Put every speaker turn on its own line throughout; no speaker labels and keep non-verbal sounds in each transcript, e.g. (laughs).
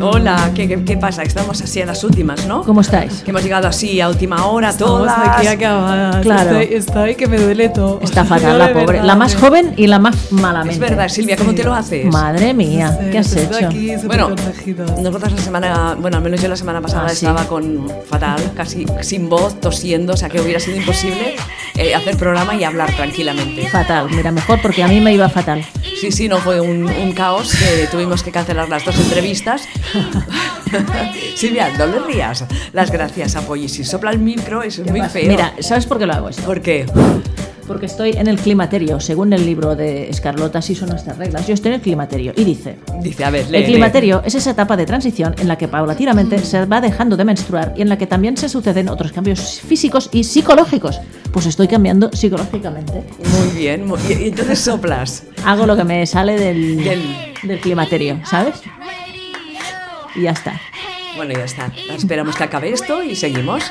onda? ¿Qué, qué, qué pasa? Que Estamos así en las últimas, ¿no?
¿Cómo estáis?
Que hemos llegado así a última hora,
Estamos
todas.
aquí acabadas.
Claro.
Estoy, estoy que me duele todo. (laughs)
Está
Yo
fatal
de
la pobre.
verdad, eh.
La más
me-
joven y la más malamente.
Es verdad, Silvia, ¿cómo te lo haces?
Madre mía,
Sí,
¿qué has
estoy
hecho?
aquí súper
Bueno,
contagiada.
Nosotras la semana, bueno, al menos yo la semana pasada
Ah, sí.
estaba con fatal, casi sin voz, tosiendo, o sea que hubiera sido imposible eh, hacer programa y hablar tranquilamente.
Fatal, mira, mejor porque a mí me iba fatal.
Sí, sí, no fue un, un caos que tuvimos que cancelar las dos entrevistas. (laughs) Silvia, no le rías. Las gracias, apoyo. Y si sopla el micro, eso es muy feo.
Mira, ¿sabes por qué lo hago esto?
¿Por qué?
Porque estoy en el climaterio, según el libro de Escarlota, así son nuestras reglas. Yo estoy en el climaterio y dice,
Dice, a ver, lee,
el
lee.
climaterio es esa etapa de transición en la que paulatinamente se va dejando de menstruar y en la que también se suceden otros cambios físicos y psicológicos. Pues estoy cambiando psicológicamente.
Muy bien, muy- y- y entonces soplas.
Hago lo que me sale del,
Del-
del climaterio, ¿sabes? Y ya está.
Bueno, ya está. Esperamos que acabe esto y seguimos.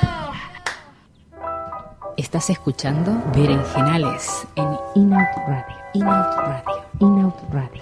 Estás escuchando Berenjenales en Inout Radio. Inout Radio. Inout Radio.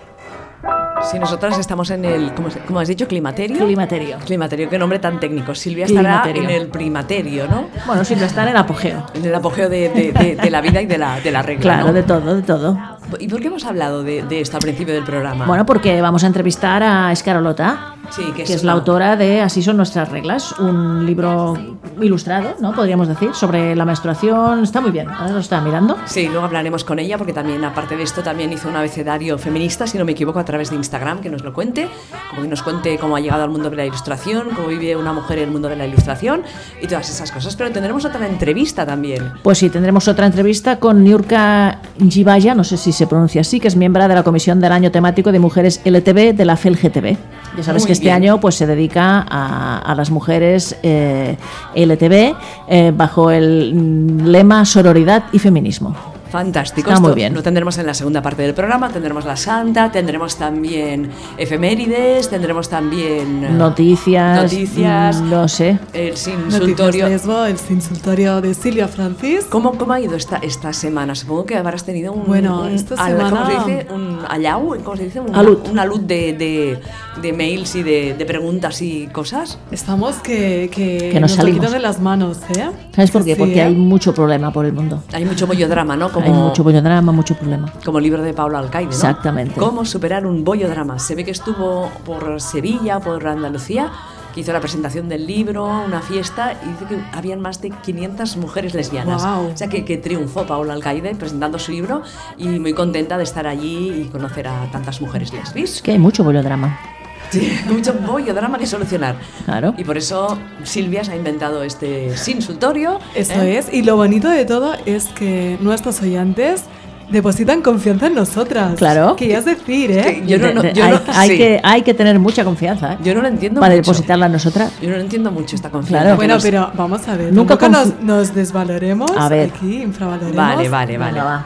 Si nosotras estamos en el, ¿cómo, se- cómo has dicho? ¿Climaterio?
Climaterio.
Climaterio, qué nombre tan técnico. Silvia estará
Climaterio.
en el primaterio, ¿no?
Bueno, siempre está en el apogeo.
En el apogeo de, de- de- de la vida y de la, de la regla.
Claro,
¿no?
de todo, de todo.
¿Y por qué hemos hablado de, de esto al principio del programa?
Bueno, porque vamos a entrevistar a Escarolota,
Sí, que
que,
es
es, la
una-
autora de Así son nuestras reglas, un libro ilustrado, ¿no? Podríamos decir, sobre la menstruación. Está muy bien, ahora lo estaba mirando.
Sí, luego hablaremos con ella porque también, aparte de esto, también hizo un abecedario feminista, si no me equivoco, a través de Instagram, que nos lo cuente, como que nos cuente cómo ha llegado al mundo de la ilustración, cómo vive una mujer en el mundo de la ilustración y todas esas cosas. Pero tendremos otra entrevista también.
Pues sí, tendremos otra entrevista con Niurka Givaya, no sé si se pronuncia así, que es miembro de la Comisión del Año Temático de Mujeres LTV de la FELGTB. Ya sabes
Muy
que este
bien.
año pues, se dedica a, a las mujeres eh, LTV eh, bajo el mm, lema sororidad y feminismo.
Fantástico.
Está
esto
muy bien.
Lo tendremos en la segunda parte del programa, tendremos la santa, tendremos también efemérides, tendremos también eh,
Noticias,
noticias,
mm, no sé.
el
Noticias
sinsultorio.
Lesbo, el insultorio de Silvia Francis.
¿Cómo, ¿Cómo ha ido esta, esta semana? Supongo que habrás tenido un.
Bueno,
un-
esta
al- ¿Cómo
semana-
se dice? Un allau, ¿cómo se dice? Un,
Alud.
un alud de, de, de mails y de, de preguntas y cosas.
Estamos que, que,
Que nos
lo
salimos.
quitan de las manos, ¿eh?
¿Sabes por qué?
Sí,
Porque
¿eh?
hay mucho problema por el mundo.
Hay mucho bollodrama, ¿no? Como,
Hay mucho drama, mucho problema.
como el libro de Pablo Alcaide, ¿no?
Exactamente.
¿Cómo superar un bollodrama? Se ve que estuvo por Sevilla, por Andalucía, que hizo la presentación del libro, una fiesta, y dice que habían más de 500 mujeres lesbianas.
Guau.
O sea que, que triunfó Paula Alcaide presentando su libro y muy contenta de estar allí y conocer a tantas mujeres lesbis.
Es que hay mucho bollodrama.
Sí, (laughs) mucho bollodrama que solucionar.
Claro.
Y por eso Silvia se ha inventado este sinsultorio.
Eso
¿eh?
es. Y lo bonito de todo es que nuestros oyentes depositan confianza en nosotras.
Claro.
Que ya es decir, ¿eh?
que- Yo no-
De-
no-
de-
yo
hay,
no-
hay
sí.
que, hay que tener mucha confianza ¿eh?
Yo no lo entiendo
para
mucho.
depositarla a nosotras.
Yo no lo entiendo mucho esta confianza. que
Claro.
Bueno,
nos-
pero vamos a ver.
Ah, pues, Nunca
Nunca nos,
confi-
nos desvaloremos.
A ver.
Aquí, infravaloremos.
Vale, vale, vale.
Venga, va.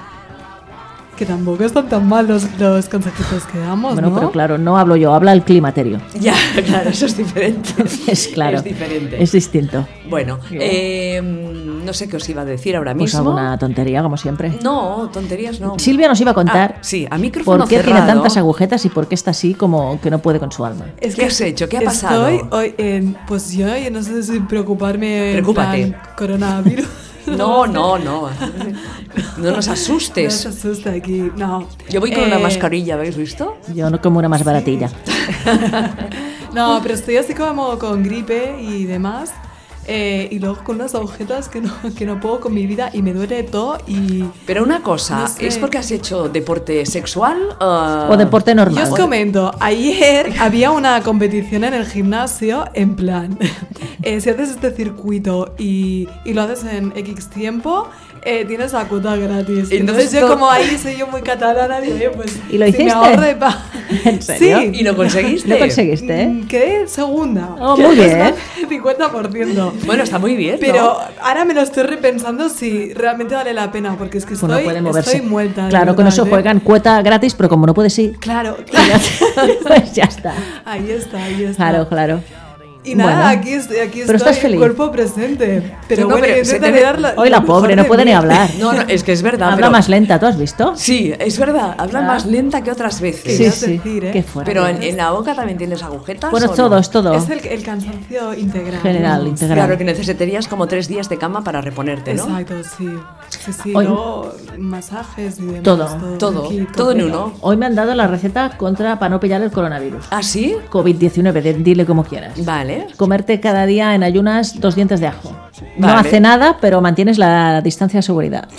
Que tampoco están tan mal los, los consejitos que damos,
Bueno,
¿no?
pero claro, no hablo yo, habla
(laughs)
el climaterio.
Ya, claro, eso es diferente.
(laughs) Es claro.
Es diferente.
Es distinto.
Bueno,
Yo-
eh, no sé qué os iba a decir ahora
Pues
mismo.
alguna tontería, como siempre.
No, tonterías no.
Silvia nos iba a contar
Ah, sí, a micrófono
por qué tiene
cerrado.
tantas agujetas y por qué está así como que no puede con su alma.
Es
¿Qué has hecho? ¿Qué ha pasado?
Estoy hoy en, pues yo hoy no sé si preocuparme en
Preocúpate.
plan
(laughs)
coronavirus.
(laughs) No, no, no. No nos
No
(laughs)
se
asustes.
asusta aquí, no.
Yo voy con una
Eh,
mascarilla, ¿habéis visto?
Yo no como una más baratilla.
No, pero estoy así como con gripe y demás. eh, y luego con unas agujetas que no, que no puedo con mi vida y me duele todo y...
Pero una cosa,
No sé.
¿es porque has hecho deporte sexual? Ah,
O deporte
Yo
normal.
os comento, ayer había una competición en el gimnasio en plan, (laughs) eh, si haces este circuito y, y lo haces en X tiempo, eh, tienes la cuota gratis.
Entonces
Entonces,
todo-
yo como ahí soy yo
(laughs)
muy catalana, digo, "Oye, pues
¿Y lo
si
hiciste?
me ahorro de pa-".
(laughs) ¿En serio?
Sí.
¿Y lo conseguiste?
(laughs) ¿Lo conseguiste? ¿eh?
Mm, Quedé segunda.
Oh,
(laughs)
muy
Es más
bien.
del 50%.
Bueno, está muy bien, ¿no?
Pero ahora me lo estoy repensando si realmente vale la pena, porque es que estoy,
Uno Pues puede moverse.
estoy muerta. de
claro, con
verdad,
eso
¿eh?
juegan cuota gratis,
(laughs)
pero (laughs) como no puedes ir,
Claro, claro.
pues ya está.
Ahí está, ahí está.
Claro, claro.
Y nada,
Bueno.
aquí, es- aquí
Pero
estoy,
estás feliz.
cuerpo presente. Pero
no,
bueno,
pero se
intentaré
te ve-
dar la,
Hoy la
lo mejor
pobre no
de
puede
mí.
ni (laughs) hablar.
No, no, es que es verdad.
Habla
pero-
más Ah. lenta, ¿tú has visto?
Sí, es verdad. Habla más lenta que otras veces.
Sí, decir, ¿eh?
Qué fuerte.
Pero en, en la boca también tienes agujetas.
bueno,
¿o no? Este
todos, todo.
Es el, el cansancio integral.
General,
¿no?
integral.
Claro, que necesitarías como tres días de cama para reponerte, ¿no?
Exacto, sí. Sí, sí,
Hoy-
luego masajes y demás.
Todo.
Todo,
aquí,
todo en
completo.
uno.
Hoy me han dado la receta contra para no pillar el coronavirus.
¿Ah, sí?
COVID-19, de- dile como quieras.
Vale.
Comerte cada día en ayunas dos dientes de ajo. No
Vale.
hace nada, pero mantienes la distancia
(laughs)
de seguridad.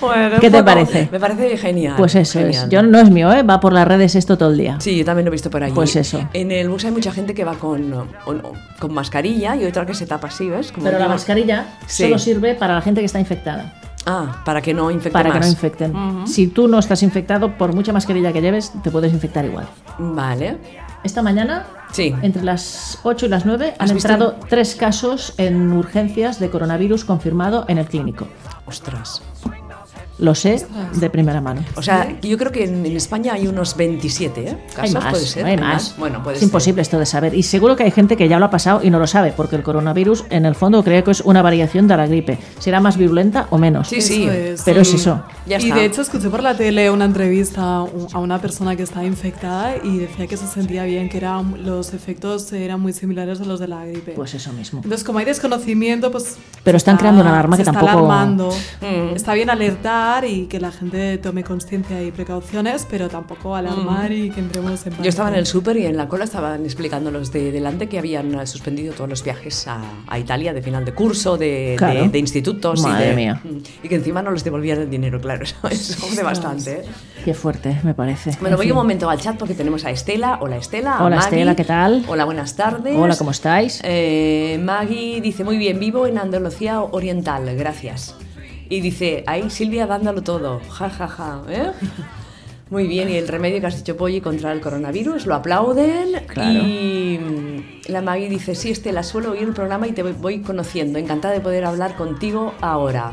Bueno,
¿Qué te
bueno,
parece?
Me parece genial.
Pues eso
genial.
es. Yo no es mío, ¿eh? va por las redes esto todo el día.
Sí, yo también lo he visto por allí.
Pues eso.
En el bus hay mucha gente que va con, o- o- con mascarilla y otra que se tapa así, ¿ves? Como
Pero la
yo.
mascarilla
Sí.
solo sirve para la gente que está infectada,
Ah, para que no infecte
para que no
más.
infecten. Si tú no estás infectado, por mucha mascarilla que lleves, te puedes infectar igual.
Vale.
Esta mañana,
Sí.
entre las 8 y las 9, han
¿Has visto?
entrado tres casos en urgencias de coronavirus confirmado en el clínico.
Ostras.
Lo sé de primera mano.
O sea, yo creo que en, en España hay unos 27 ¿eh? casos,
Hay más,
puede ser.
hay más.
Bueno, puede
es
ser.
imposible esto de saber. Y seguro que hay gente que ya lo ha pasado y no lo sabe, porque el coronavirus, en el fondo, creo que es una variación de la gripe. Será más virulenta o menos.
Sí, sí.
Eso es.
Pero es eso.
Ya
y
está.
de hecho escuché por la tele una entrevista a un- a una persona que estaba infectada y decía que se sentía bien, que era, los efectos eran muy similares a los de la gripe.
Pues eso mismo.
Entonces, como hay desconocimiento, pues...
Pero
se
están creando una alarma
se
que
está
tampoco-
alarmando.
Mm.
Está bien alertar y que la gente tome conciencia y precauciones, pero tampoco alarmar y que entremos en...
Mm. Yo estaba en el
pánico.
súper y en la cola estaban explicando los de delante que habían eh, suspendido todos los viajes a, a Italia de final de curso, de,
Claro.
de- de institutos.
Madre
y de-
mía.
Mm. Y que encima no les devolvían el dinero, claro. Eso es jode bastante. ¿eh?
Qué fuerte, me parece.
Bueno,
En
voy
fin.
un momento al chat porque tenemos a Estela. Hola Estela. a
Hola,
Maggie.
Estela, ¿qué tal?
Hola, buenas tardes.
Hola, ¿cómo estáis?
Eh, Maggie dice, muy bien, vivo en Andalucía Oriental, gracias. Y dice, ahí Silvia dándolo todo, ja, ja, ja. ¿eh?
(laughs)
Muy bien, y el remedio que has dicho, Polly, contra el coronavirus, lo aplauden.
Claro.
Y mm, la Maggie dice, sí, Estela, suelo oír el programa y te voy- voy conociendo, encantada de poder hablar contigo ahora.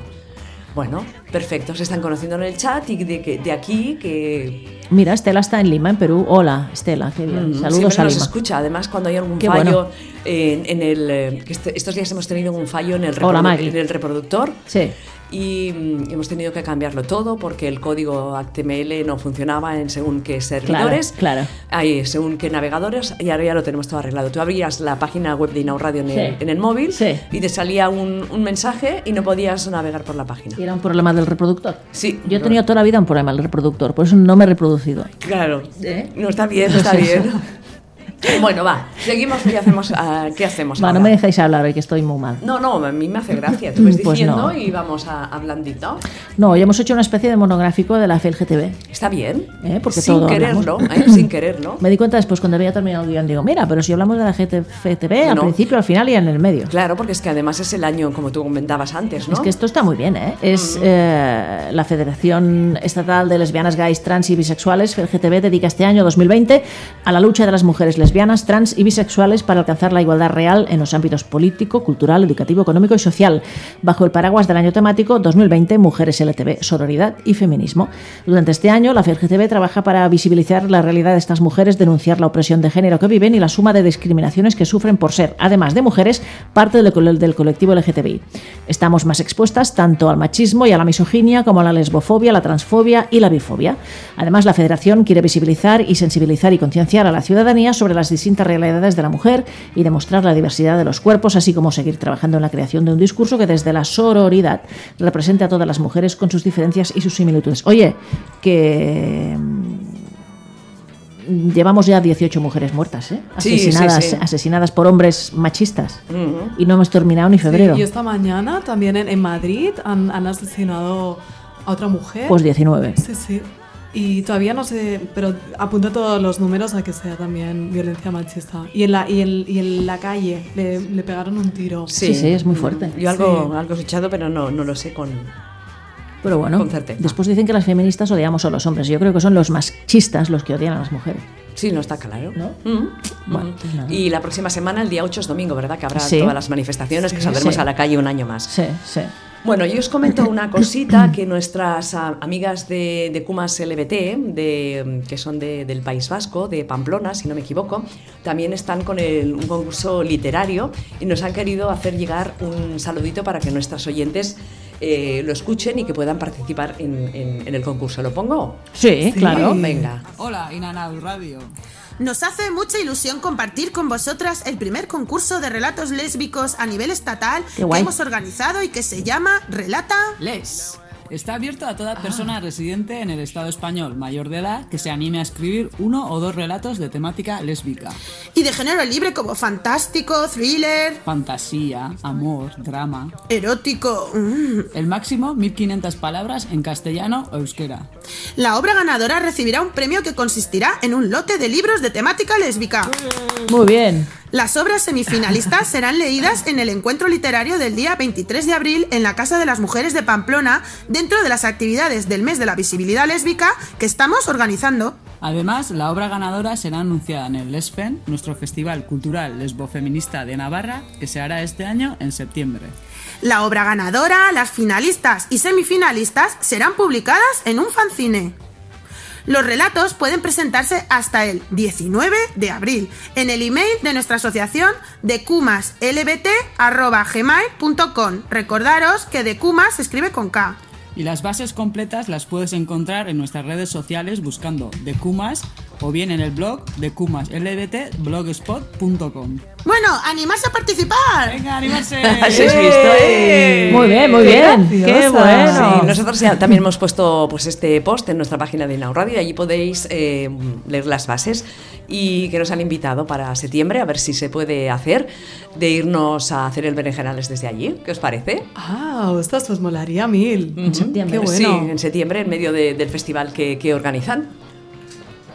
Bueno, perfecto, se están conociendo en el chat y de, que- de aquí que
Mira, Estela está en Lima, en Perú. Hola, Estela, qué bien.
mm,
Saludos
siempre
a
nos
Lima.
escucha. Además, cuando hay algún
Qué
fallo
bueno.
en, en el... eh, que este- estos días hemos tenido un fallo en el,
Hola,
reprodu-
Maggie.
en el reproductor
Sí.
y mm, hemos tenido que cambiarlo todo porque el código HTML no funcionaba en según qué servidores.
claro.
Ahí, según qué navegadores, y ahora ya lo tenemos todo arreglado. Tú abrías la página web de Inau Radio en, el,
Sí.
en el móvil
Sí.
y te salía un, un mensaje y no podías navegar por la página.
Era un problema del reproductor.
Sí.
Yo he tenido toda la vida un problema del reproductor, por eso no me he reproducido.
Claro.
¿Eh?
No está bien, no está bien. (laughs) bueno, va, seguimos. ¿Qué hacemos, ah, ¿qué hacemos
Va, no
ahora?
me dejáis hablar hoy, que estoy muy mal.
No, no, a mí me hace gracia. Tú ves
Pues
diciendo
no.
y vamos a, hablandito.
No, hoy hemos hecho una especie de monográfico de la FLGTB.
Está bien.
Eh, porque
sin
todo
quererlo,
hablamos. (laughs)
eh, sin quererlo.
Me di cuenta después cuando había terminado el guión, digo, mira, pero si hablamos de la GTFTB al
No.
principio, al final y en el medio.
Claro, porque es que además es el año, como tú comentabas antes, ¿no?
Es que esto está muy bien, ¿eh? Es eh, la Federación Estatal de Lesbianas, Gays, Trans y Bisexuales, FLGTB, dedica este año 2020 a la lucha de las mujeres lesbianas, trans y bisexuales para alcanzar la igualdad real en los ámbitos político, cultural, educativo, económico y social, bajo el paraguas del año temático 2020 Mujeres LTB, Sororidad y Feminismo. Durante este año, la FLGTB trabaja para visibilizar la realidad de estas mujeres, denunciar la opresión de género que viven y la suma de discriminaciones que sufren por ser, además de mujeres, parte del, cole- del colectivo LGTBI. Estamos más expuestas tanto al machismo y a la misoginia como a la lesbofobia, la transfobia y la bifobia. Además, la Federación quiere visibilizar y sensibilizar y concienciar a la ciudadanía sobre las distintas realidades de la mujer y demostrar la diversidad de los cuerpos, así como seguir trabajando en la creación de un discurso que desde la sororidad represente a todas las mujeres con sus diferencias y sus similitudes. Oye, que mm, llevamos ya 18 mujeres muertas, ¿eh?
Sí, sí,
asesinadas,
sí.
asesinadas por hombres machistas.
Ujú.
Y no hemos terminado ni febrero.
Sí, y esta mañana también en, en Madrid han, han asesinado a otra mujer.
Pues 19.
Sí, sí. Y todavía no sé, pero apunta todos los números a que sea también violencia machista. Y en la, y en, y en la calle le, le pegaron un tiro.
Sí.
Sí, sí, es muy fuerte.
Yo algo,
Sí.
algo he escuchado, pero no, no lo sé con...
Pero bueno,
Con certeza.
después dicen que las feministas odiamos a los hombres. Yo creo que son los machistas los que odian a las mujeres.
Sí, no está claro.
¿No?
Mm.
Bueno,
Mm.
pues nada.
y la próxima semana, el día 8 es domingo, ¿verdad? Que habrá
Sí.
todas las manifestaciones, que saldremos
Sí.
a la calle un año más.
Sí, sí.
Bueno, yo os comento una cosita que nuestras a- amigas de, de Cumas LBT, de, que son de- del País Vasco, de Pamplona, si no me equivoco, también están con el- un concurso literario y nos han querido hacer llegar un saludito para que nuestras oyentes eh, lo escuchen y que puedan participar en, en- en el concurso. ¿Lo pongo?
Sí, claro.
Venga.
Hola, Inanau Radio.
Nos hace mucha ilusión compartir con vosotras el primer concurso de relatos lésbicos a nivel estatal
Qué
que
guay.
hemos organizado y que se llama Relata.
Les. Está abierto a toda persona residente en el Estado español mayor de edad que se anime a escribir uno o dos relatos de temática lésbica.
Y de género libre como fantástico, thriller,
Fantasía, amor, drama.
erótico. mm.
El máximo 1500 palabras en castellano o euskera.
La obra ganadora recibirá un premio que consistirá en un lote de libros de temática lésbica.
Muy bien.
Las
(laughs)
obras semifinalistas serán leídas en el encuentro literario del día 23 de abril en la Casa de las Mujeres de Pamplona, dentro de las actividades del mes de la visibilidad lésbica que estamos organizando.
Además, la obra ganadora será anunciada en el Lesfen, nuestro festival cultural lesbofeminista de Navarra, que se hará este año en septiembre.
La obra ganadora, las finalistas y semifinalistas serán publicadas en un fanzine. Los relatos pueden presentarse hasta el 19 de abril en el email de nuestra asociación de decumaslbt.gmail.com. Recordaros que de Kumas se escribe con K.
Y las bases completas las puedes encontrar en nuestras redes sociales buscando de Kumas o bien en el blog de Kumas LBT blogspot.com.
Bueno, animarse a participar.
¡Venga, animarse!
¿Has visto? eh?
Muy bien, muy bien.
graciosa.
Qué bueno.
Sí,
Sí, nosotros ya también hemos puesto pues, este post en nuestra página de Inau Radio y allí podéis eh, leer las bases y que nos han invitado para septiembre a ver si se puede hacer de irnos a hacer el berenjenales desde allí. ¿Qué os parece?
Ah, ostras, pues molaría mil.
septiembre.
Qué bueno.
Sí, en septiembre, en medio de- del festival que, que organizan.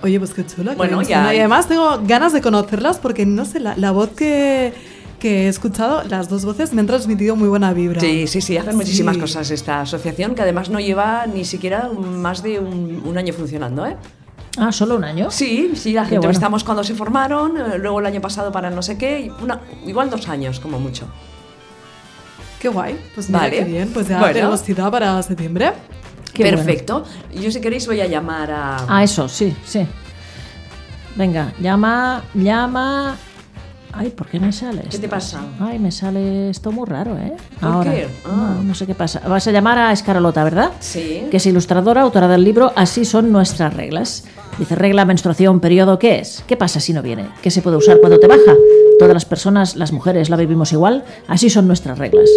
Oye, pues qué chulo. que
Bueno,
bien
ya-
suena. Y además tengo ganas de conocerlas porque no sé, la, la voz que, que he escuchado, las dos voces me han transmitido muy buena vibra.
Sí, sí, sí, hacen muchísimas
Sí.
cosas esta asociación que además no lleva ni siquiera más de un, un año funcionando, ¿eh?
Ah, solo un año.
Sí, sí, las
Qué bueno.
entrevistamos cuando se formaron, eh, luego el año pasado para no sé qué, y una- igual dos años como mucho.
Qué guay. Pues mira,
Vale.
qué bien. Pues ya
Bueno.
tenemos cita para septiembre.
Qué bueno.
Perfecto. Yo si queréis voy a llamar a...
Ah, eso, sí, sí. Venga, llama, llama. Ay, ¿por qué me sale esto?
te pasa?
Ay, me sale esto muy raro, ¿eh?
¿Por
Ahora.
qué? Ah.
No, no sé qué pasa. Vas a llamar a Escarolota, ¿verdad?
Sí.
Que es ilustradora, autora del libro Así son nuestras reglas. Dice regla, menstruación, periodo, ¿qué es? ¿Qué pasa si no viene? ¿Qué se puede usar cuando te baja? Todas las personas, las mujeres, la vivimos igual. Así son nuestras reglas.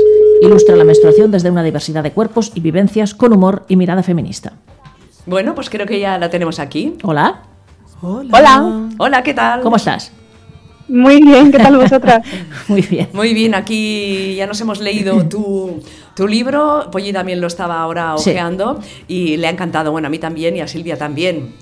Ilustra la menstruación desde una diversidad de cuerpos y vivencias con humor y mirada feminista.
Bueno, pues creo que ya la tenemos aquí.
Hola,
Hola.
Hola.
Hola, ¿qué tal?
¿cómo estás?
Muy bien, ¿qué tal vosotras?
Muy bien.
Muy bien, aquí ya nos hemos
(clears throat)
leído tu, tu libro. Polly también lo estaba ahora
Sí.
ojeando y le ha encantado. Bueno, a mí también y a Silvia también.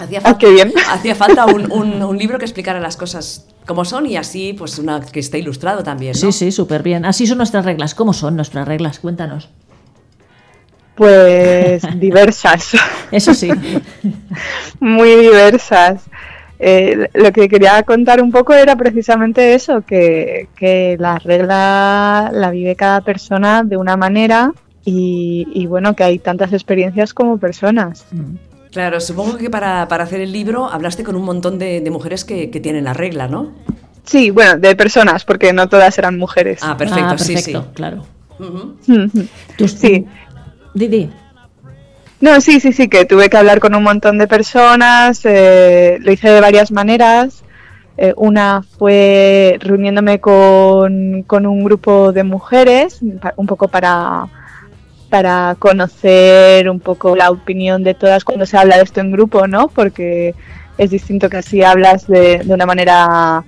Hacía
Ah,
falta,
qué bien.
(laughs) hacía falta un, un- un libro que explicara las cosas como son y así, pues, una que esté ilustrado también. ¿no?
Sí, sí, súper bien. Así son nuestras reglas. ¿Cómo son nuestras reglas? Cuéntanos.
(laughs) Pues diversas, (laughs)
Eso
(laughs)
sí.
muy diversas. Eh, lo que quería contar un poco era precisamente eso, que, que la regla la vive cada persona de una manera y, y bueno, que hay tantas experiencias como personas.
Claro, supongo que para, para hacer el libro hablaste con un montón de, de mujeres que, que tienen la regla, ¿no?
Sí, bueno, de personas, porque no todas eran mujeres. (laughs)
Ah, perfecto,
Ah,
sí, sí.
perfecto, claro.
Ujú.
Tú-
Sí.
Didi.
No, sí, sí, sí, que tuve que hablar con un montón de personas, eh, lo hice de varias maneras. Eh, una fue reuniéndome con, con un grupo de mujeres, pa- un poco para, para conocer un poco la opinión de todas cuando se habla de esto en grupo, ¿no? Porque es distinto que así hablas de, de una manera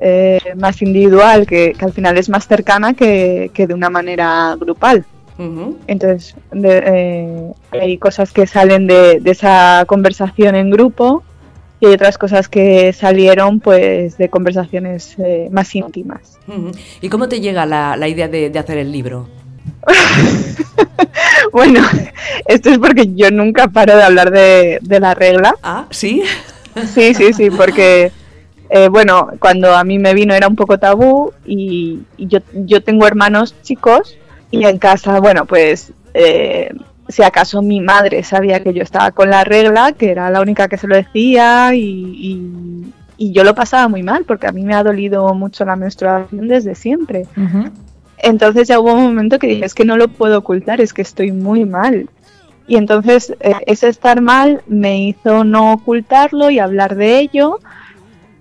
eh, más individual, que, que al final es más cercana que- que de una manera grupal.
Ujú.
Entonces, de- eh, hay cosas que salen de, de esa conversación en grupo y hay otras cosas que salieron pues de conversaciones eh, más íntimas. (laughs)
Ujú. ¿Y cómo te llega la, la idea de, de hacer el libro?
Bueno, (laughs) esto es porque yo nunca paro de hablar de, de la regla.
Ah, sí.
Sí, sí, sí, porque eh, bueno, cuando a mí me vino era un poco tabú y, y yo, yo tengo hermanos chicos Y en casa, bueno, pues eh, si acaso mi madre sabía que yo estaba con la regla, que era la única que se lo decía, y, y- y yo lo pasaba muy mal, porque a mí me ha dolido mucho la menstruación desde siempre.
Ujú.
Entonces ya hubo un momento que dije, es que no lo puedo ocultar, es que estoy muy mal. Y entonces eh, ese estar mal me hizo no ocultarlo y hablar de ello.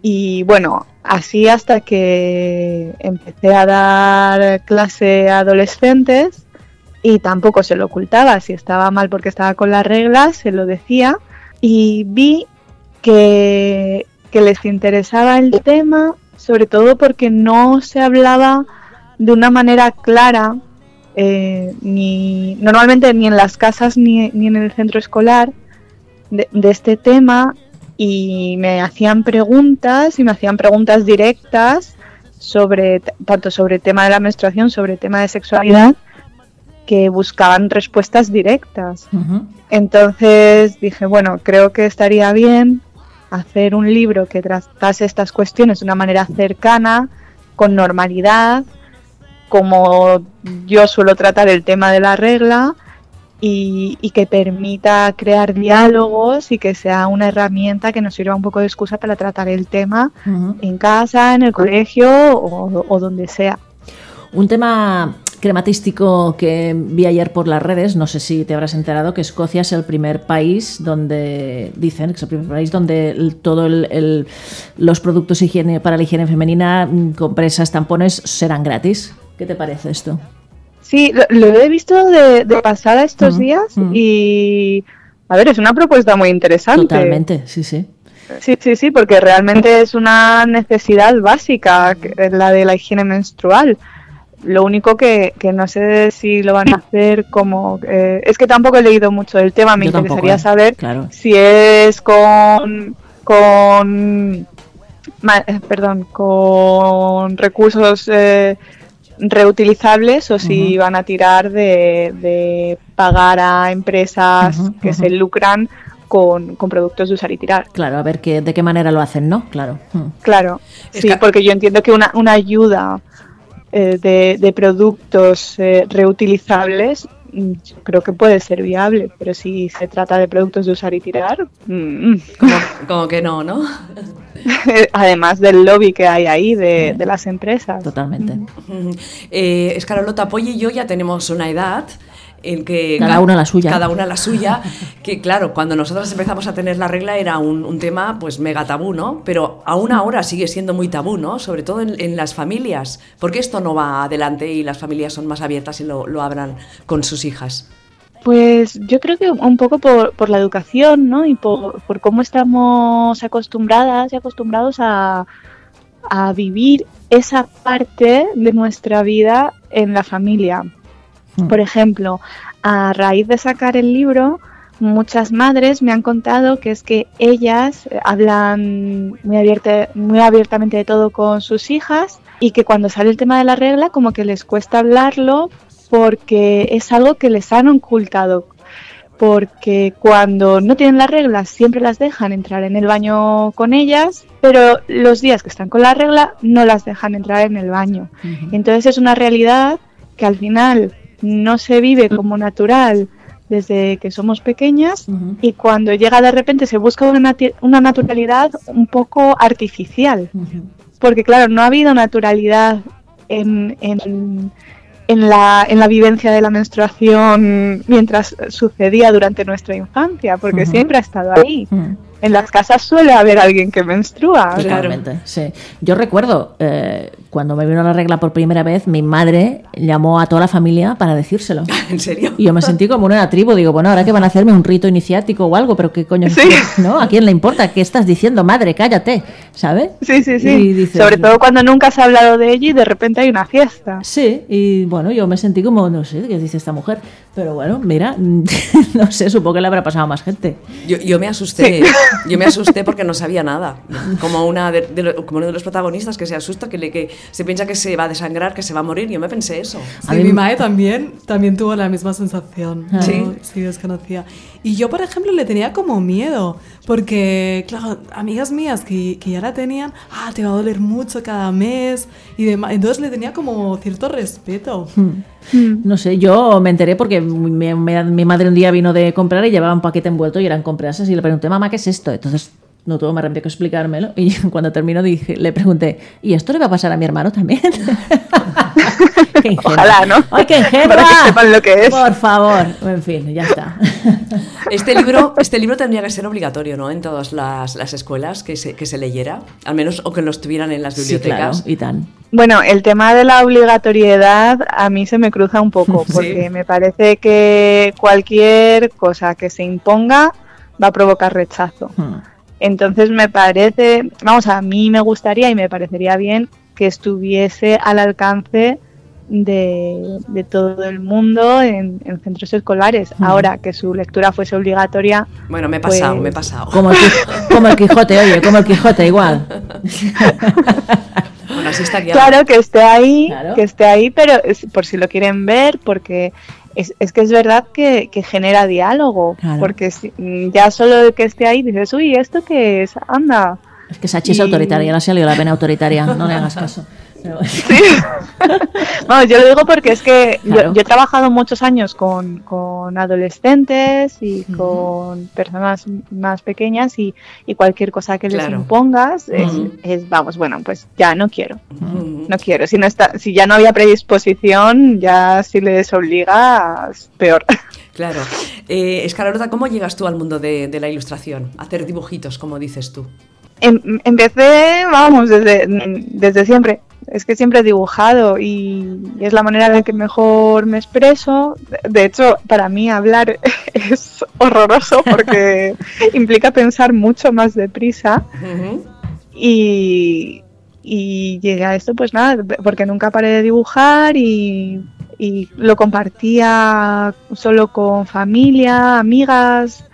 Y bueno, así hasta que empecé a dar clase a adolescentes y tampoco se lo ocultaba. Si estaba mal porque estaba con las reglas, se lo decía. Y vi que, que les interesaba el tema, sobre todo porque no se hablaba de una manera clara, eh, ni, normalmente ni en las casas ni, ni en el centro escolar, de, de este tema y me hacían preguntas y me hacían preguntas directas sobre t- tanto sobre el tema de la menstruación, sobre el tema de sexualidad, que buscaban respuestas directas.
Ujú.
Entonces dije, bueno, creo que estaría bien hacer un libro que tratase estas cuestiones de una manera cercana, con normalidad, como yo suelo tratar el tema de la regla, y, y que permita crear diálogos y que sea una herramienta que nos sirva un poco de excusa para tratar el tema
Ujú.
en casa, en el colegio o- o donde sea.
Un tema crematístico que vi ayer por las redes, no sé si te habrás enterado, que Escocia es el primer país donde, dicen que es el primer país donde el- todo el- el- los productos higiene, para la higiene femenina, mm, compresas, tampones, serán gratis. ¿Qué te parece esto?
Sí, lo, lo he visto de, de pasada estos
Mm,
días
mm.
y, a ver, es una propuesta muy interesante.
Totalmente, sí, sí.
Sí, sí, sí, porque realmente es una necesidad básica, que es la de la higiene menstrual. Lo único que, que no sé si lo van a hacer como... eh, es que tampoco he leído mucho del tema, me
Yo tampoco,
interesaría
¿eh?
saber
Claro.
si es con... con ma- eh, perdón, con recursos eh, reutilizables o si van a tirar de, de pagar a empresas
Ujú,
que se lucran con, con productos de usar y tirar.
Claro, a ver qué, de qué manera lo hacen, ¿no? Claro. Mm.
Claro,
Es
sí,
que-
porque yo entiendo que una, una ayuda eh, de, de productos eh, reutilizables mm, yo creo que puede ser viable, pero si se trata de productos de usar y tirar, mm, (laughs)
Como, como que no, ¿no? (laughs)
además del lobby que hay ahí de, de las empresas. Mm.
Totalmente.
Eh, Escarolota Polly y yo ya tenemos una edad en que
Cada
ca-
una la suya.
Cada una la suya, (laughs) que claro, cuando nosotros empezamos a tener la regla era un, un tema pues mega tabú, ¿no? Pero aún ahora sigue siendo muy tabú, ¿no? Sobre todo en, en las familias, porque esto no va adelante y las familias son más abiertas y lo, lo hablan con sus hijas. (laughs)
Pues yo creo que un poco por, por la educación, ¿no? Y por, por cómo estamos acostumbradas y acostumbrados a, a vivir esa parte de nuestra vida en la familia.
Mm.
Por ejemplo, a raíz de sacar el libro, muchas madres me han contado que es que ellas eh, hablan muy, abierta- muy abiertamente de todo con sus hijas y que cuando sale el tema de la regla como que les cuesta hablarlo porque es algo que les han ocultado. Porque cuando no tienen las reglas siempre las dejan entrar en el baño con ellas, pero los días que están con la regla no las dejan entrar en el baño. Entonces es una realidad que al final no se vive como natural desde que somos pequeñas
Ujú.
y cuando llega de repente se busca una, nati- una naturalidad un poco artificial,
Ujú.
porque claro, no ha habido naturalidad en, en- en la, en la vivencia de la menstruación mientras sucedía durante nuestra infancia, porque
Ujú.
siempre ha estado ahí.
Mm.
En las casas suele haber alguien que menstrua.
Claro.
Totalmente, sí. Yo recuerdo eh, cuando me vino la regla por primera vez, mi madre llamó a toda la familia para decírselo.
¿En serio?
Y yo me sentí como una tribu, digo, bueno, ahora que van a hacerme un rito iniciático o algo, pero qué coño,
Sí.
¿no? ¿A quién le importa? ¿Qué estás diciendo, madre? Cállate, ¿sabes?
Sí, sí, sí.
Y dices-
Sobre todo cuando nunca se ha hablado de ello y de repente hay una fiesta.
Sí, y bueno, yo me sentí como, no sé, ¿qué dice esta mujer? Pero bueno, mira, (laughs) no sé, supongo que le habrá pasado a más gente.
Yo, yo me asusté, (laughs) yo me asusté porque no sabía nada. Como, una de, de lo- como uno de los protagonistas que se asusta, que, le, que, se piensa que se va a desangrar, que se va a morir. Yo me pensé eso.
A
Sí,
mí
mi
me-
mae también, también tuvo la misma sensación.
Ah.
Sí.
¿no? Sí, desconocía. Y yo, por ejemplo, le tenía como miedo, porque, claro, amigas mías que, que ya la tenían, ah, te va a doler mucho cada mes y demás. Entonces le tenía como cierto respeto.
Hmm. No sé, yo me enteré porque mi, mi- mi madre un día vino de comprar y llevaba un paquete envuelto y eran comprasas y le pregunté, mamá, ¿qué es esto? Entonces no tuvo más remedio que explicármelo y (laughs) cuando terminó dije, le pregunté, ¿y esto le va a pasar a mi hermano también? (laughs) qué ingenua.
Ojalá, ¿no?
¡Ay, qué ingenua!
(laughs) Para que sepan lo que es.
Por favor. En fin, ya está.
Este libro, este libro tendría que ser obligatorio, ¿no? En todas las, las escuelas que se, que se leyera, al menos o que los tuvieran en las
Sí, claro,
bibliotecas.
y tan.
Bueno, el tema de la obligatoriedad a mí se me cruza un poco, porque me parece que cualquier cosa que se imponga va a provocar rechazo.
Hmm.
Entonces me parece, vamos, a mí me gustaría y me parecería bien que estuviese al alcance de, de todo el mundo en, en centros escolares. Ahora que su lectura fuese obligatoria,
Bueno, me he pasado,
Pues-
me he pasado.
Como el, Qui- como el Quijote, oye, como el Quijote, igual.
Bueno, así está guiado.
Claro, que esté ahí,
Claro.
que esté ahí, pero es- por si lo quieren ver, porque es, es que es verdad que, que genera diálogo,
Claro.
porque si- mm, ya solo el que esté ahí dices, uy, ¿esto qué es? Anda.
Es que Sachi es
Y-
autoritaria, ya le salió la pena autoritaria, no le hagas caso. Pero- (laughs)
Vamos, yo lo digo porque es que yo-
Claro.
yo, he trabajado muchos años con, con adolescentes y con personas más pequeñas y, y cualquier cosa que les
Claro.
impongas es,
Ujú.
es, vamos, bueno, pues ya no quiero.
Mm.
No quiero, si no está, si ya no había predisposición, ya si les obligas, peor.
Claro. Eh, Escarlata, ¿cómo llegas tú al mundo de, de la ilustración? Hacer dibujitos, como dices tú.
Em- empecé, vamos, desde, desde siempre. Es que siempre he dibujado y es la manera en la que mejor me expreso. De- De hecho, para mí hablar (laughs) es horroroso porque implica pensar mucho más deprisa.
Ujú.
Y, y llegué a esto, pues nada, porque nunca paré de dibujar y, y lo compartía solo con familia, amigas.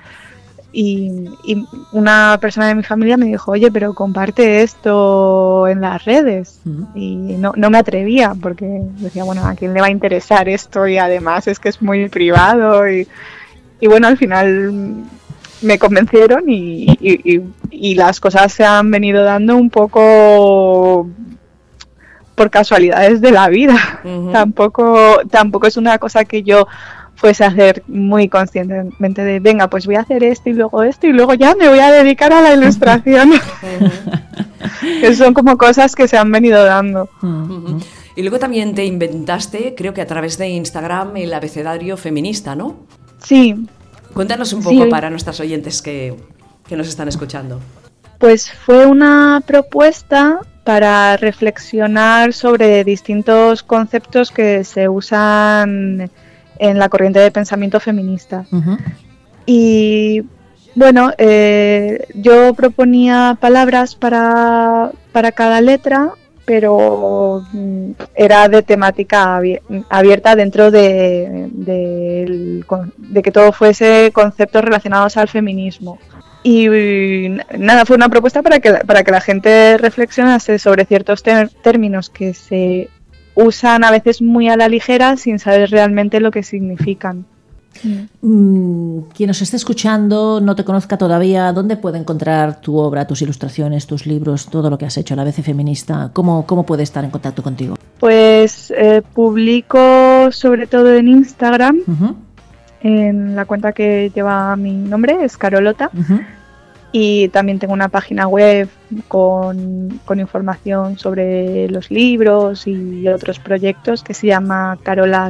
Y, y una persona de mi familia me dijo, oye, pero comparte esto en las redes. Y no, no me atrevía porque decía, bueno, ¿a quién le va a interesar esto? Y además es que es muy privado. Y, y bueno, al final mm, me convencieron y, y- y- y las cosas se han venido dando un poco por casualidades de la vida.
Ujú.
Tampoco, tampoco es una cosa que yo fuese a hacer muy conscientemente de, venga, pues voy a hacer esto y luego esto y luego ya me voy a dedicar a la ilustración. que son como cosas que se han venido dando.
Hmm.
Ujú. Y luego también te inventaste, creo que a través de Instagram, el abecedario feminista, ¿no?
Sí,
Cuéntanos un poco
Sí.
para nuestras oyentes que, que nos están escuchando. (laughs)
Pues fue una propuesta para reflexionar sobre distintos conceptos que se usan en la corriente de pensamiento feminista.
Ujú.
Y bueno, eh, yo proponía palabras para, para cada letra, pero mm, era de temática abie- abierta dentro de, del con- de que todo fuese conceptos relacionados al feminismo. Y n- nada, fue una propuesta para que, la- para que la gente reflexionase sobre ciertos ter- términos que se usan a veces muy a la ligera sin saber realmente lo que significan.
Mm, Quien nos esté escuchando, no te conozca todavía, ¿dónde puede encontrar tu obra, tus ilustraciones, tus libros, todo lo que has hecho, la BC feminista? ¿Cómo, cómo puede estar en contacto contigo?
Pues eh, publico sobre todo en Instagram,
Ujú,
en la cuenta que lleva mi nombre, es Carolota,
ujú.
y también tengo una página web con, con información sobre los libros y otros proyectos que se llama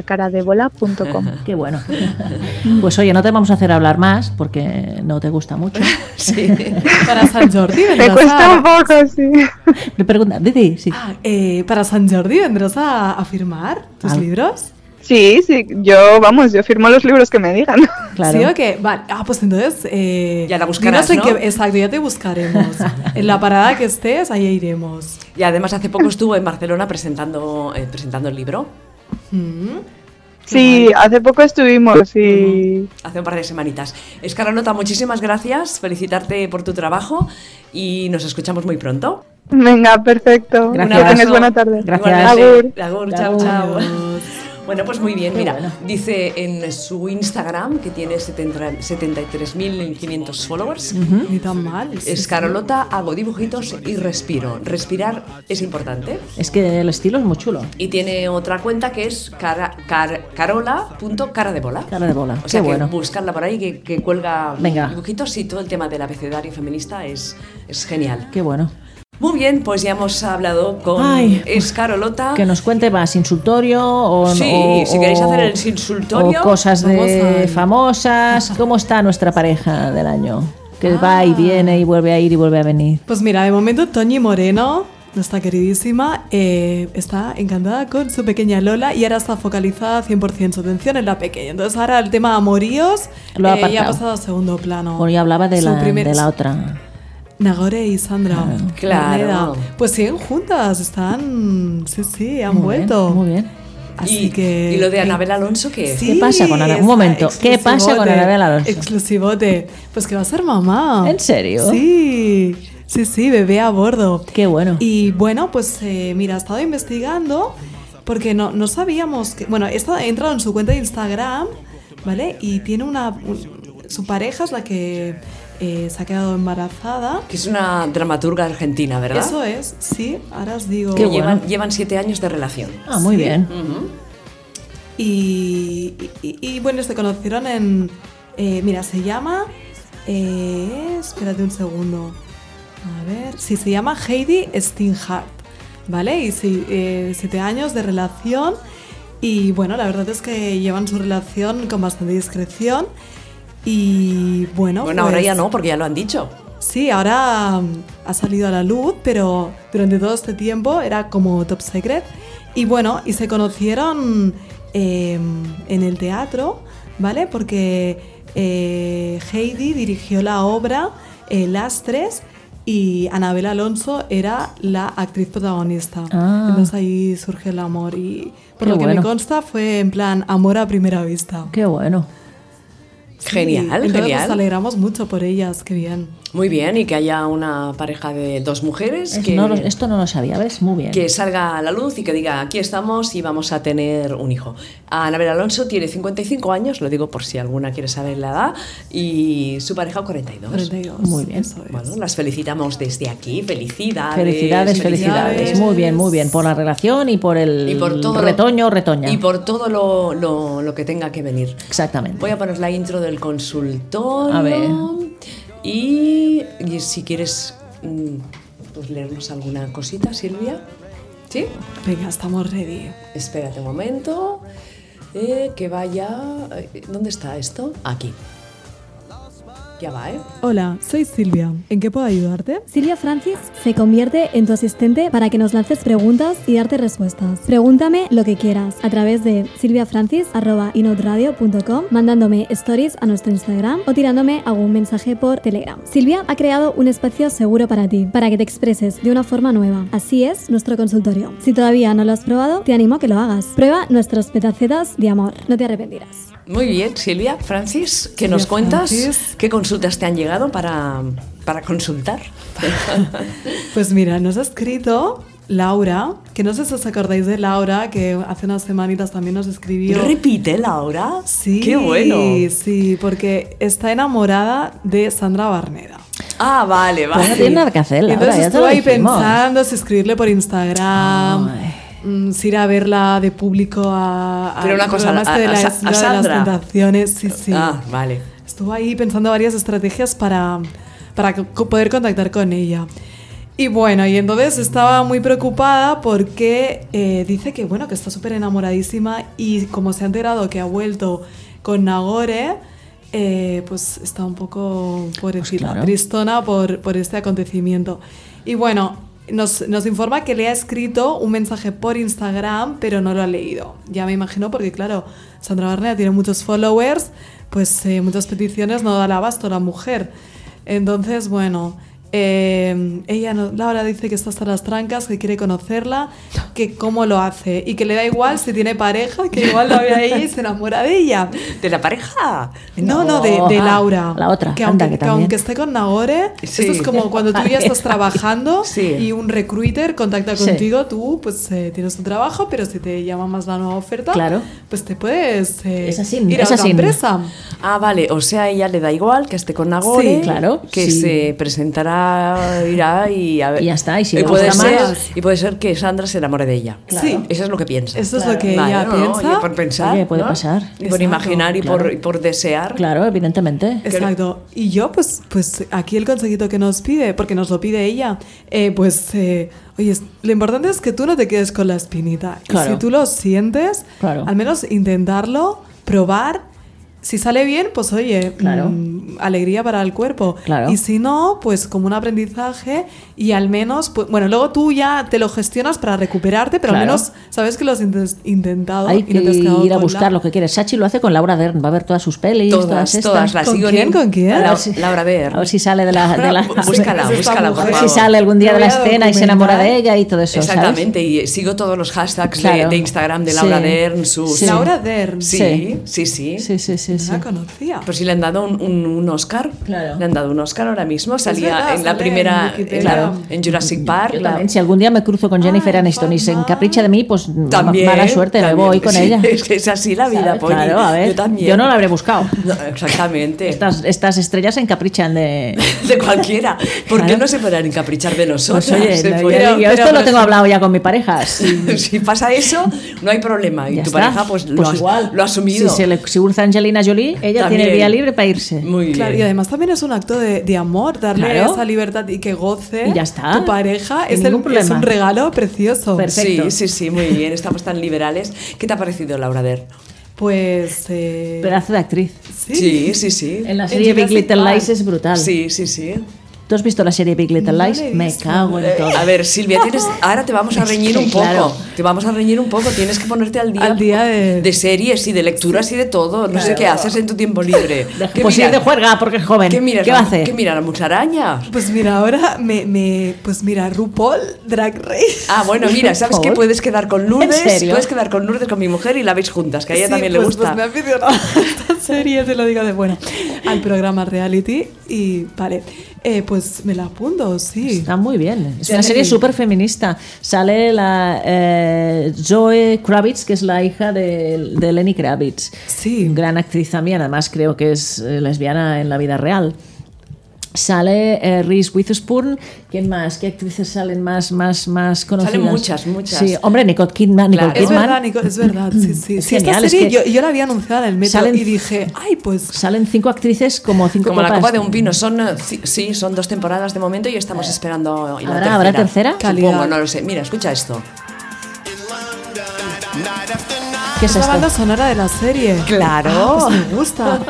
(laughs)
carolacaradevola.com.
Qué bueno.
(laughs)
Pues oye, no te vamos a hacer hablar más porque no te
(laughs)
gusta mucho.
Sí.
Para San
(laughs)
Jordi
Me
vendrás
cuesta un
a,
poco, sí.
Le pregunta, Didi, sí.
Ah, eh, para San Jordi vendrás a, a firmar tus
Ah.
libros.
Sí, sí, yo, vamos, yo firmo los libros que me digan.
Claro.
Sí, o qué? Vale. Ah, pues entonces. eh,
Ya la buscarás,
dinos en
¿no?
qué- exacto, ya
(laughs)
te buscaremos. en la parada que estés, ahí iremos.
Y además hace poco estuvo en Barcelona presentando, eh, presentando el libro,
Mm.
Sí, hace poco estuvimos y...
hace un par de semanitas. Escarlota, muchísimas gracias, felicitarte por tu trabajo y nos escuchamos muy pronto.
Venga, perfecto.
Gracias.
Que tengas buena tarde.
Gracias.
Agur.
Agur. Agur, chao,
Agur.
chao. Bueno, pues muy bien,
Qué
mira,
bueno.
dice en su Instagram que tiene 70 73.500 followers.
¿Mm?
Ni tan mal. sí,
Es
sí.
Carolota, hago dibujitos y respiro. Respirar es importante.
Es que el estilo es muy chulo.
Y tiene otra cuenta que es cara, car- carola.cara de bola.
Cara de bola.
O sea
Qué
que
bueno.
buscarla por ahí, que, que cuelga
Venga.
dibujitos y todo el tema del abecedario feminista es, es genial.
Qué bueno.
Muy bien, pues ya hemos hablado con
Ay,
Es Carolota.
Que nos cuente más insultorio o
Sí,
o-
si queréis
o-
hacer el insultorio,
o cosas de
vamos a-
famosas. ¿Cómo está nuestra pareja del año? Que
Ah.
va y viene y vuelve a ir y vuelve a venir.
Pues mira, de momento Toñi Moreno, nuestra queridísima, eh, está encantada con su pequeña Lola y ahora está focalizada 100% su atención en la pequeña. Entonces ahora el tema amoríos
Lo ha
eh, ya ha
apartado.
pasado a segundo plano.
Bueno, yo hablaba de
Su
la,
primer-
de la otra.
Nagore y Sandra.
Claro.
Barneda. Pues siguen juntas, están... Sí, sí, han
Muy bien,
vuelto.
muy bien.
Así
y,
que...
y lo de Anabel Alonso, que
Sí,
pasa con Ana- un
está
momento, ¿qué pasa con
exclusivote,
Anabel Alonso?
Exclusivote. Pues que va a ser mamá.
¿En serio?
Sí, sí, sí, bebé a bordo.
Qué bueno.
Y bueno, pues eh, mira, he estado investigando porque no, no sabíamos que... Bueno, he, estado- he entrado en su cuenta de Instagram, ¿vale? Y tiene una... un- su pareja es la que eh, se ha quedado embarazada.
que es una dramaturga argentina, ¿verdad?
Eso es, sí, ahora os digo.
que
Qué bueno.
llevan, llevan siete años de relación.
Ah, muy
Sí.
bien.
Mm.
Y, y- y, bueno, se conocieron en. eh, mira, se llama. eh, espérate un segundo. A ver. Sí, se llama Heidi Steinhardt. ¿Vale? Y sí, eh, siete años de relación. Y bueno, la verdad es que llevan su relación con bastante discreción. Y bueno.
bueno, ahora
pues-
ya no, porque ya lo han dicho.
Sí, ahora mm, ha salido a la luz, pero durante todo este tiempo era como top secret. Y bueno, y se conocieron eh, en el teatro, ¿vale? Porque eh, Heidi dirigió la obra eh, Lastres y Anabel Alonso era la actriz protagonista.
Ah.
Entonces ahí surge el amor y por
Qué
lo que
bueno.
me consta fue en plan amor a primera vista.
Qué bueno.
Genial,
Sí, entonces
genial.
Nos alegramos mucho por ellas, qué bien.
Muy bien, y que haya una pareja de dos mujeres
Es-
que,
no lo- esto no lo sabía, ¿ves? Muy bien.
que salga a la luz y que diga, aquí estamos y vamos a tener un hijo. Anabel Alonso tiene 55 años, lo digo por si alguna quiere saber la edad, y su pareja 42.
42.
Muy bien.
eso es.
Bueno, las felicitamos desde aquí, felicidades.
Felicidades, felicidades, Muy bien, muy bien. Por la relación y por el
Y por todo lo-
retoño, retoña.
Y por todo lo, lo- lo que tenga que venir.
Exactamente.
Voy a poner la intro del consultorio.
A ver.
Y, y si quieres mm, pues leernos alguna cosita, Silvia. ¿Sí?
Venga, estamos ready.
Espérate un momento. eh, que vaya. eh, ¿Dónde está esto? Aquí. Ya va, ¿eh?
Hola, soy Silvia. ¿En qué puedo ayudarte?
Silvia Francis se convierte en tu asistente para que nos lances preguntas y darte respuestas. Pregúntame lo que quieras a través de silviafrancis.inoutradio.com, mandándome stories a nuestro Instagram o tirándome algún mensaje por Telegram. Silvia ha creado un espacio seguro para ti, para que te expreses de una forma nueva. Así es nuestro consultorio. Si todavía no lo has probado, te animo a que lo hagas. Prueba nuestros petacetas de amor. No te arrepentirás.
Muy bien, Silvia, Francis, ¿qué
Silvia
nos cuentas?
Francis.
¿Qué consultas te han llegado para, para
(laughs)
consultar?
Pues mira, nos ha escrito Laura, que no sé si os acordáis de Laura, que hace unas semanitas también nos escribió.
Repite, Laura.
Sí,
Qué bueno.
Sí, porque está enamorada de Sandra Barneda.
Ah, vale,
Pues
vale.
no tiene nada que hacer,
Y
Laura,
entonces
ya te lo
estuve ahí
dijimos.
pensando si escribirle por Instagram,
Ay.
mm, si ir a verla de público a, a
Pero una cosa, a-
de,
a-
la
a
isla de
Sandra.
las tentaciones. Sí, sí.
Ah, vale.
Estuvo ahí pensando varias estrategias para, para co- poder contactar con ella. Y bueno, y entonces estaba muy preocupada porque eh, dice que bueno, que está súper enamoradísima y como se ha enterado que ha vuelto con Nagore, eh, pues está un poco pobrecita,
claro.
tristona por, por este acontecimiento. Y bueno, nos, nos informa que le ha escrito un mensaje por Instagram, pero no lo ha leído. Ya me imagino porque claro, Sandra Barnea tiene muchos followers, pues eh, muchas peticiones no da el abasto la mujer. Entonces, bueno, eh, ella, no- Laura dice que está hasta las trancas, que quiere conocerla, que cómo lo hace y que le da igual si tiene pareja, que igual la ve a ella y se enamora de ella.
¿De la pareja?
No, no, de, de
Ah,
Laura.
la otra,
Que
anda,
aunque,
que
que
también.
aunque esté con Nagore,
Sí.
esto es como
(laughs)
cuando tú ya estás trabajando
Sí.
y un recruiter contacta
Sí.
contigo, tú pues eh, tienes un trabajo, pero si te llama más la nueva oferta,
Claro.
pues te puedes eh,
Es así,
ir a
es
otra
así.
empresa.
Ah, vale, o sea, a ella le da igual que esté con Nagore,
Sí, claro,
que
sí.
se presentará, irá y a ver. Eh,
Y ya está, y si le
puede
gusta
ser,
más-
y puede ser que Sandra se enamore de ella.
Claro. Sí.
Eso es lo que piensa.
Eso es lo que
Vale,
ella
no, no,
piensa.
oye, por pensar,
Oye, puede
¿no?
pasar.
Y por
Exacto,
imaginar y, por,
claro.
y por desear.
Claro, evidentemente.
Exacto. Y yo, pues, pues aquí el consejito que nos pide, porque nos lo pide ella, eh, pues, eh, oye, es- lo importante es que tú no te quedes con la espinita. Y
Claro.
si tú lo sientes,
Claro.
al menos intentarlo, probar. Si sale bien, pues oye,
Claro.
mm, alegría para el cuerpo.
Claro.
Y si no, pues como un aprendizaje y al menos, pues, bueno, luego tú ya te lo gestionas para recuperarte, pero al
Claro.
menos sabes que lo has intes-
Oh,
intentado
Hay
y
que
no te has quedado
ir a
con
buscar
la-
lo que quieres. Sachi lo hace con Laura Dern, va a ver todas sus pelis, todas,
Todas,
estas.
todas las
¿Con
sigo
quién,
en-
con quién?
a la-
A ver
Laura Ver.
A ver si sale de la... de la-
Ah,
(laughs)
Búscala,
Sí,
búscala,
esta
por
a ver
mujer.
si
favor.
sale algún día
Me
de la
voy a
escena y se enamora de
documentar.
ella y todo eso, ¿sabes?
Exactamente, y sigo todos los hashtags de- de,
Claro.
Instagram de
Sí.
Laura Dern, su...
Sí.
Laura Dern.
Sí, sí, sí.
Sí, sí, sí, sí.
No la conocía.
Pues sí, le han dado un, un- un Oscar.
Claro.
Le han dado un Oscar ahora mismo. Salía
verdad,
en la
sale en
primera, en,
Wikipedia.
la-
Claro.
en Jurassic Park.
Yo
la-
también, si algún día me cruzo con Jennifer
Ah,
Aniston y se
Batman.
encapricha de mí, pues m-
también,
mala suerte, me
también.
voy con
Sí,
ella.
(laughs) Es que es así la vida,
¿Sabes?
Poli.
Claro, a ver,
Yo también.
yo no la habré buscado.
No, exactamente.
Estas, estas estrellas se encaprichan de...
(laughs) De cualquiera. ¿Por qué
Claro.
no se podrán encaprichar de nosotros?
Pues oye, no, yo
pero-
digo, esto
pero-
lo tengo hablado ya con mi pareja. Sí.
(laughs) si pasa eso, no hay problema. Y
Ya
tu
está.
pareja, pues, lo, ha- lo ha asumido.
Si, se le, si urge a Angelina Jolie, ella
También.
tiene el día libre para irse.
Muy bien.
Claro, y además también es un acto de, de amor, darle
Claro.
esa libertad y que goce
Y ya está.
tu pareja.
Sin
Es, el-
ningún problema.
es un regalo precioso.
Perfecto.
Sí, sí, sí, muy bien. Estamos tan liberales. ¿Qué te ha parecido, Laura Der?
Pues. eh,
Pedazo de actriz.
sí.
sí, sí. sí.
En la serie Big
Jurassic
Little
Park.
Lies es brutal.
Sí, sí, sí.
¿Tú has visto la serie Big Little
No la he
Lies? Me
visto.
cago en
Eh,
todo.
a ver, Silvia,
(laughs)
tienes, ahora te vamos a
Es
reñir
que,
un poco.
claro.
Te vamos a reñir un poco. Tienes que ponerte al día,
Al día de-
series y de lecturas y de todo. No sé qué haces en tu tiempo libre.
Deja-
¿Qué
pues ir
miras?
de juerga porque es joven.
¿Qué miras?
va
la-
a hacer?
¿Qué miras? ¿La mucharaña?
Pues mira, ahora me, me- Pues mira, RuPaul, Drag Race.
Ah, bueno, mira, ¿sabes
Por
qué?
favor.
Puedes quedar con Lourdes.
¿En serio?
Puedes quedar con Lourdes, con mi mujer y la veis juntas, que a ella
Sí,
también le
pues-
gusta.
Pues me han pedido (laughs) esta serie, te lo digo de buena. Al programa reality y vale. Eh, pues me la apunto, sí.
Está muy bien. Es
Ya
una
le
serie
vi.
súper feminista. Sale la eh, Zoe Kravitz, que es la hija de, de Lenny Kravitz.
Sí.
Gran actriz también, además creo que es eh, lesbiana en la vida real. Sale eh, Reese Witherspoon. ¿Quién más? ¿Qué actrices salen más, más, más conocidas?
muchas, muchas.
Sí, hombre, Nicole Kidman. Nicole
Claro.
Es
Kidman.
verdad, Nico, es verdad, sí, sí.
Es
Sí, esta
genial, es
serie
que-
yo, yo la había anunciada en el metro
Salen-
y dije, ay, pues
Salen cinco actrices como cinco
Como la
copas.
copa de un pino, son eh, ci- sí, son dos temporadas de momento y estamos esperando la
¿Habrá- habrá tercera?
Supongo,
Calidad.
no lo sé. Mira, escucha esto.
¿Qué es
es la
esto?
banda sonora de la serie.
Claro.
Ah, pues
(laughs)
me gusta.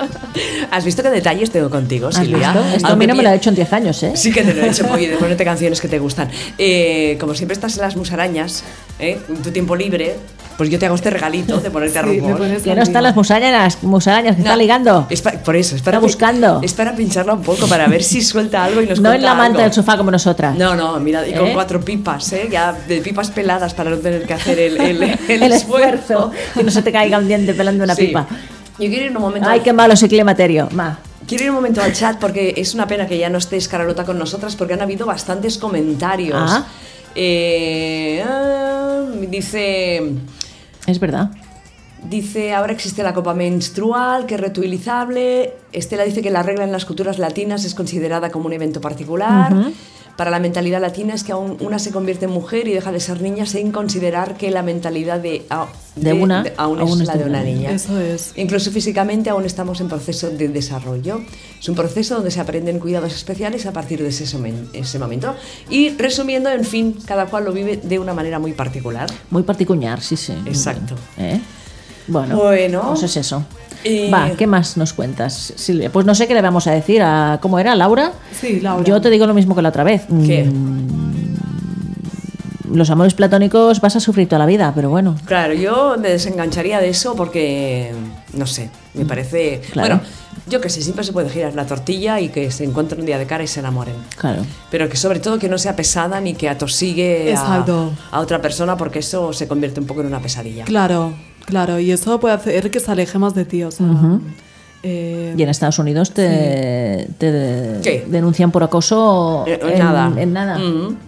¿Has visto qué detalles tengo contigo,
¿Has
Silvia?
visto? Esto a mí
Aunque
no me lo
pi-
ha hecho en 10 años, ¿eh?
Sí que te lo he
(laughs)
hecho, Polly, de ponerte canciones que te gustan. Eh, como siempre estás en las musarañas, ¿eh? en tu tiempo libre, pues yo te hago este regalito de ponerte a
Sí, me
rumor.
pones
Que no están las
arriba.
musarañas, musarañas que
No,
está ligando.
es pa- por eso, es para
Está buscando.
Es para pincharla un poco, para ver si suelta algo y nos
No
cuenta
en la manta
algo.
del sofá como nosotras.
No, no, mira, y con
¿Eh?
cuatro pipas, ¿eh? Ya de pipas peladas para no tener que hacer el,
(laughs)
el, el
el esfuerzo. Que no se te caiga un diente pelando una
Sí.
pipa.
Yo quiero ir un momento
Ay,
al-
qué malo ese climaterio. Ma.
Quiero ir un momento al chat porque es una pena que ya no estés Carolota con nosotras porque han habido bastantes comentarios.
Ah.
Eh, ah, dice,
Es verdad.
dice, ahora existe la copa menstrual, que es reutilizable. Estela dice que la regla en las culturas latinas es considerada como un evento particular. Para la mentalidad latina es que aún una se convierte en mujer y deja de ser niña sin considerar que la mentalidad de, a-
De una,
aún, es la de una niña.
Eso es.
Incluso físicamente aún estamos en proceso de desarrollo. Es un proceso donde se aprenden cuidados especiales a partir de ese, somen- ese momento. Y resumiendo, en fin, cada cual lo vive de una manera muy particular.
Muy particular, sí, sí.
Exacto.
¿Eh? Bueno,
Bueno.
pues es eso.
Eh,
Va, ¿qué más nos cuentas, Silvia? Pues no sé qué le vamos a decir a. ¿Cómo era, Laura?
Sí, Laura.
Yo te digo lo mismo que la otra vez.
¿Qué?
Mm, los amores platónicos vas a sufrir toda la vida, pero bueno.
Claro, yo me desengancharía de eso porque, no sé, me parece...
Claro.
Bueno, yo que sé, siempre se puede girar la tortilla y que se encuentren un día de cara y se enamoren.
Claro.
Pero que sobre todo que no sea pesada ni que atosigue a,
Exacto.
a otra persona porque eso se convierte un poco en una pesadilla.
Claro, claro. Y eso puede hacer que se aleje más de ti. O sea, eh,
Y en Estados Unidos te, te de-
¿Qué?
denuncian por acoso
Eh,
en
nada. Mm.
en nada.
Ujú.
(laughs)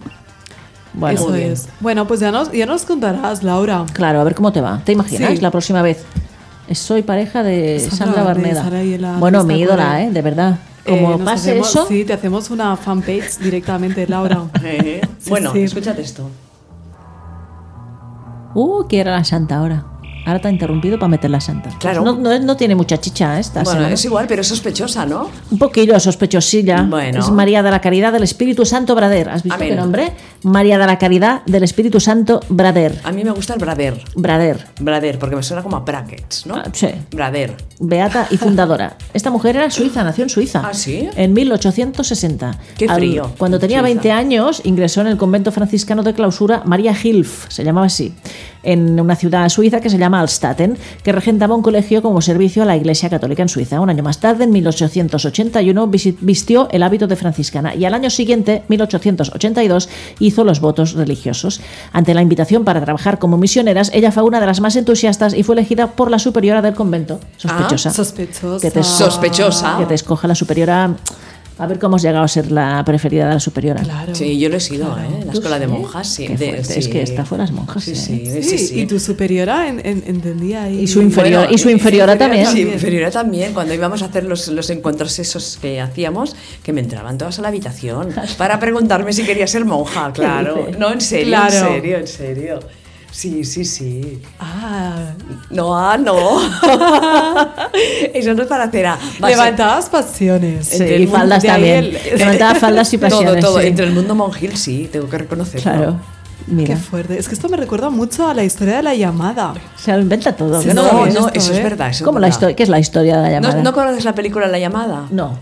Bueno,
eso
muy bien.
Mm. es. Bueno, pues ya nos, ya nos contarás, Laura.
claro, a ver cómo te va. ¿Te imaginas
Sí.
la próxima vez? Soy pareja de
Sandra
Sandra
Barneda,
Barneda.
Sara y la
bueno,
Crista
mi ídola,
Cole.
¿eh? De verdad.
Eh,
Como
nos
pase
hacemos-
eso,
Sí, te hacemos una fanpage directamente,
(laughs)
Laura.
Eh,
Sí,
bueno,
sí.
escúchate esto.
Uh, que era la santa ahora. Ahora te ha interrumpido para meter la santa.
Claro.
No, no- no tiene mucha chicha esta.
Bueno,
semana.
es igual, pero es sospechosa, ¿no?
Un poquillo sospechosilla.
Bueno.
Es María de la Caridad del Espíritu Santo Brader. ¿Has visto
Amén.
qué nombre? María de la Caridad del Espíritu Santo Brader.
A mí me gusta el brader.
Brader.
Brader, porque me suena como a brackets, ¿no?
Ah, sí.
Brader.
Beata y fundadora. Esta mujer era suiza, nació en Suiza.
¿Ah, sí?
En 1860.
Qué frío.
cuando tenía
Suiza.
20 años, ingresó en el convento franciscano de clausura María Hilf, se llamaba así, en una ciudad suiza que se llama Alstaten, que regentaba un colegio como servicio a la Iglesia Católica en Suiza. Un año más tarde, en 1881, visi- vistió el hábito de franciscana y al año siguiente, 1882, hizo los votos religiosos. Ante la invitación para trabajar como misioneras, ella fue una de las más entusiastas y fue elegida por la superiora del convento. Sospechosa.
Sospechosa.
Que te-
Ah, Sospechosa.
Que te escoja la superiora. A ver cómo has llegado a ser la preferida de la superiora.
Claro.
Sí, yo lo he sido, ¿eh? En la
¿Tú
escuela de
sí?
monjas, sí.
Qué
de-
fuerte,
sí.
Es que esta fue las monjas.
Sí,
¿eh?
sí,
Sí,
sí, sí.
Y tu superiora en- en- entendía ahí.
Y su inferior
Bueno,
y su inferiora
inferior
también.
Sí,
también.
inferiora también, cuando íbamos a hacer los, los encuentros esos que hacíamos, que me entraban todas a la habitación para preguntarme si quería ser monja, claro.
dices?
No, en serio,
Claro.
en serio, en serio. Sí, sí, sí.
Ah,
No, ah,
(laughs)
no. Eso no es para cera. Va a ser-
levantabas pasiones.
Sí,
entre
y
el mundo-
faldas
de ahí
también.
el-
Levantaba faldas
(laughs)
y
Todo,
pasiones.
todo.
sí.
Entre el mundo monjil, sí, tengo que reconocerlo.
Claro.
Qué
Mira,
fuerte. Es que esto me recuerda mucho a la historia de la llamada.
se lo inventa todo.
Sí,
¿qué
No,
lo
no,
ves?
esto,
eso
¿eh?
es verdad. Eso
¿Cómo
es
la
verdad.
historia? ¿Qué es la historia de la
¿No,
llamada?
¿No conoces la película La llamada?
No.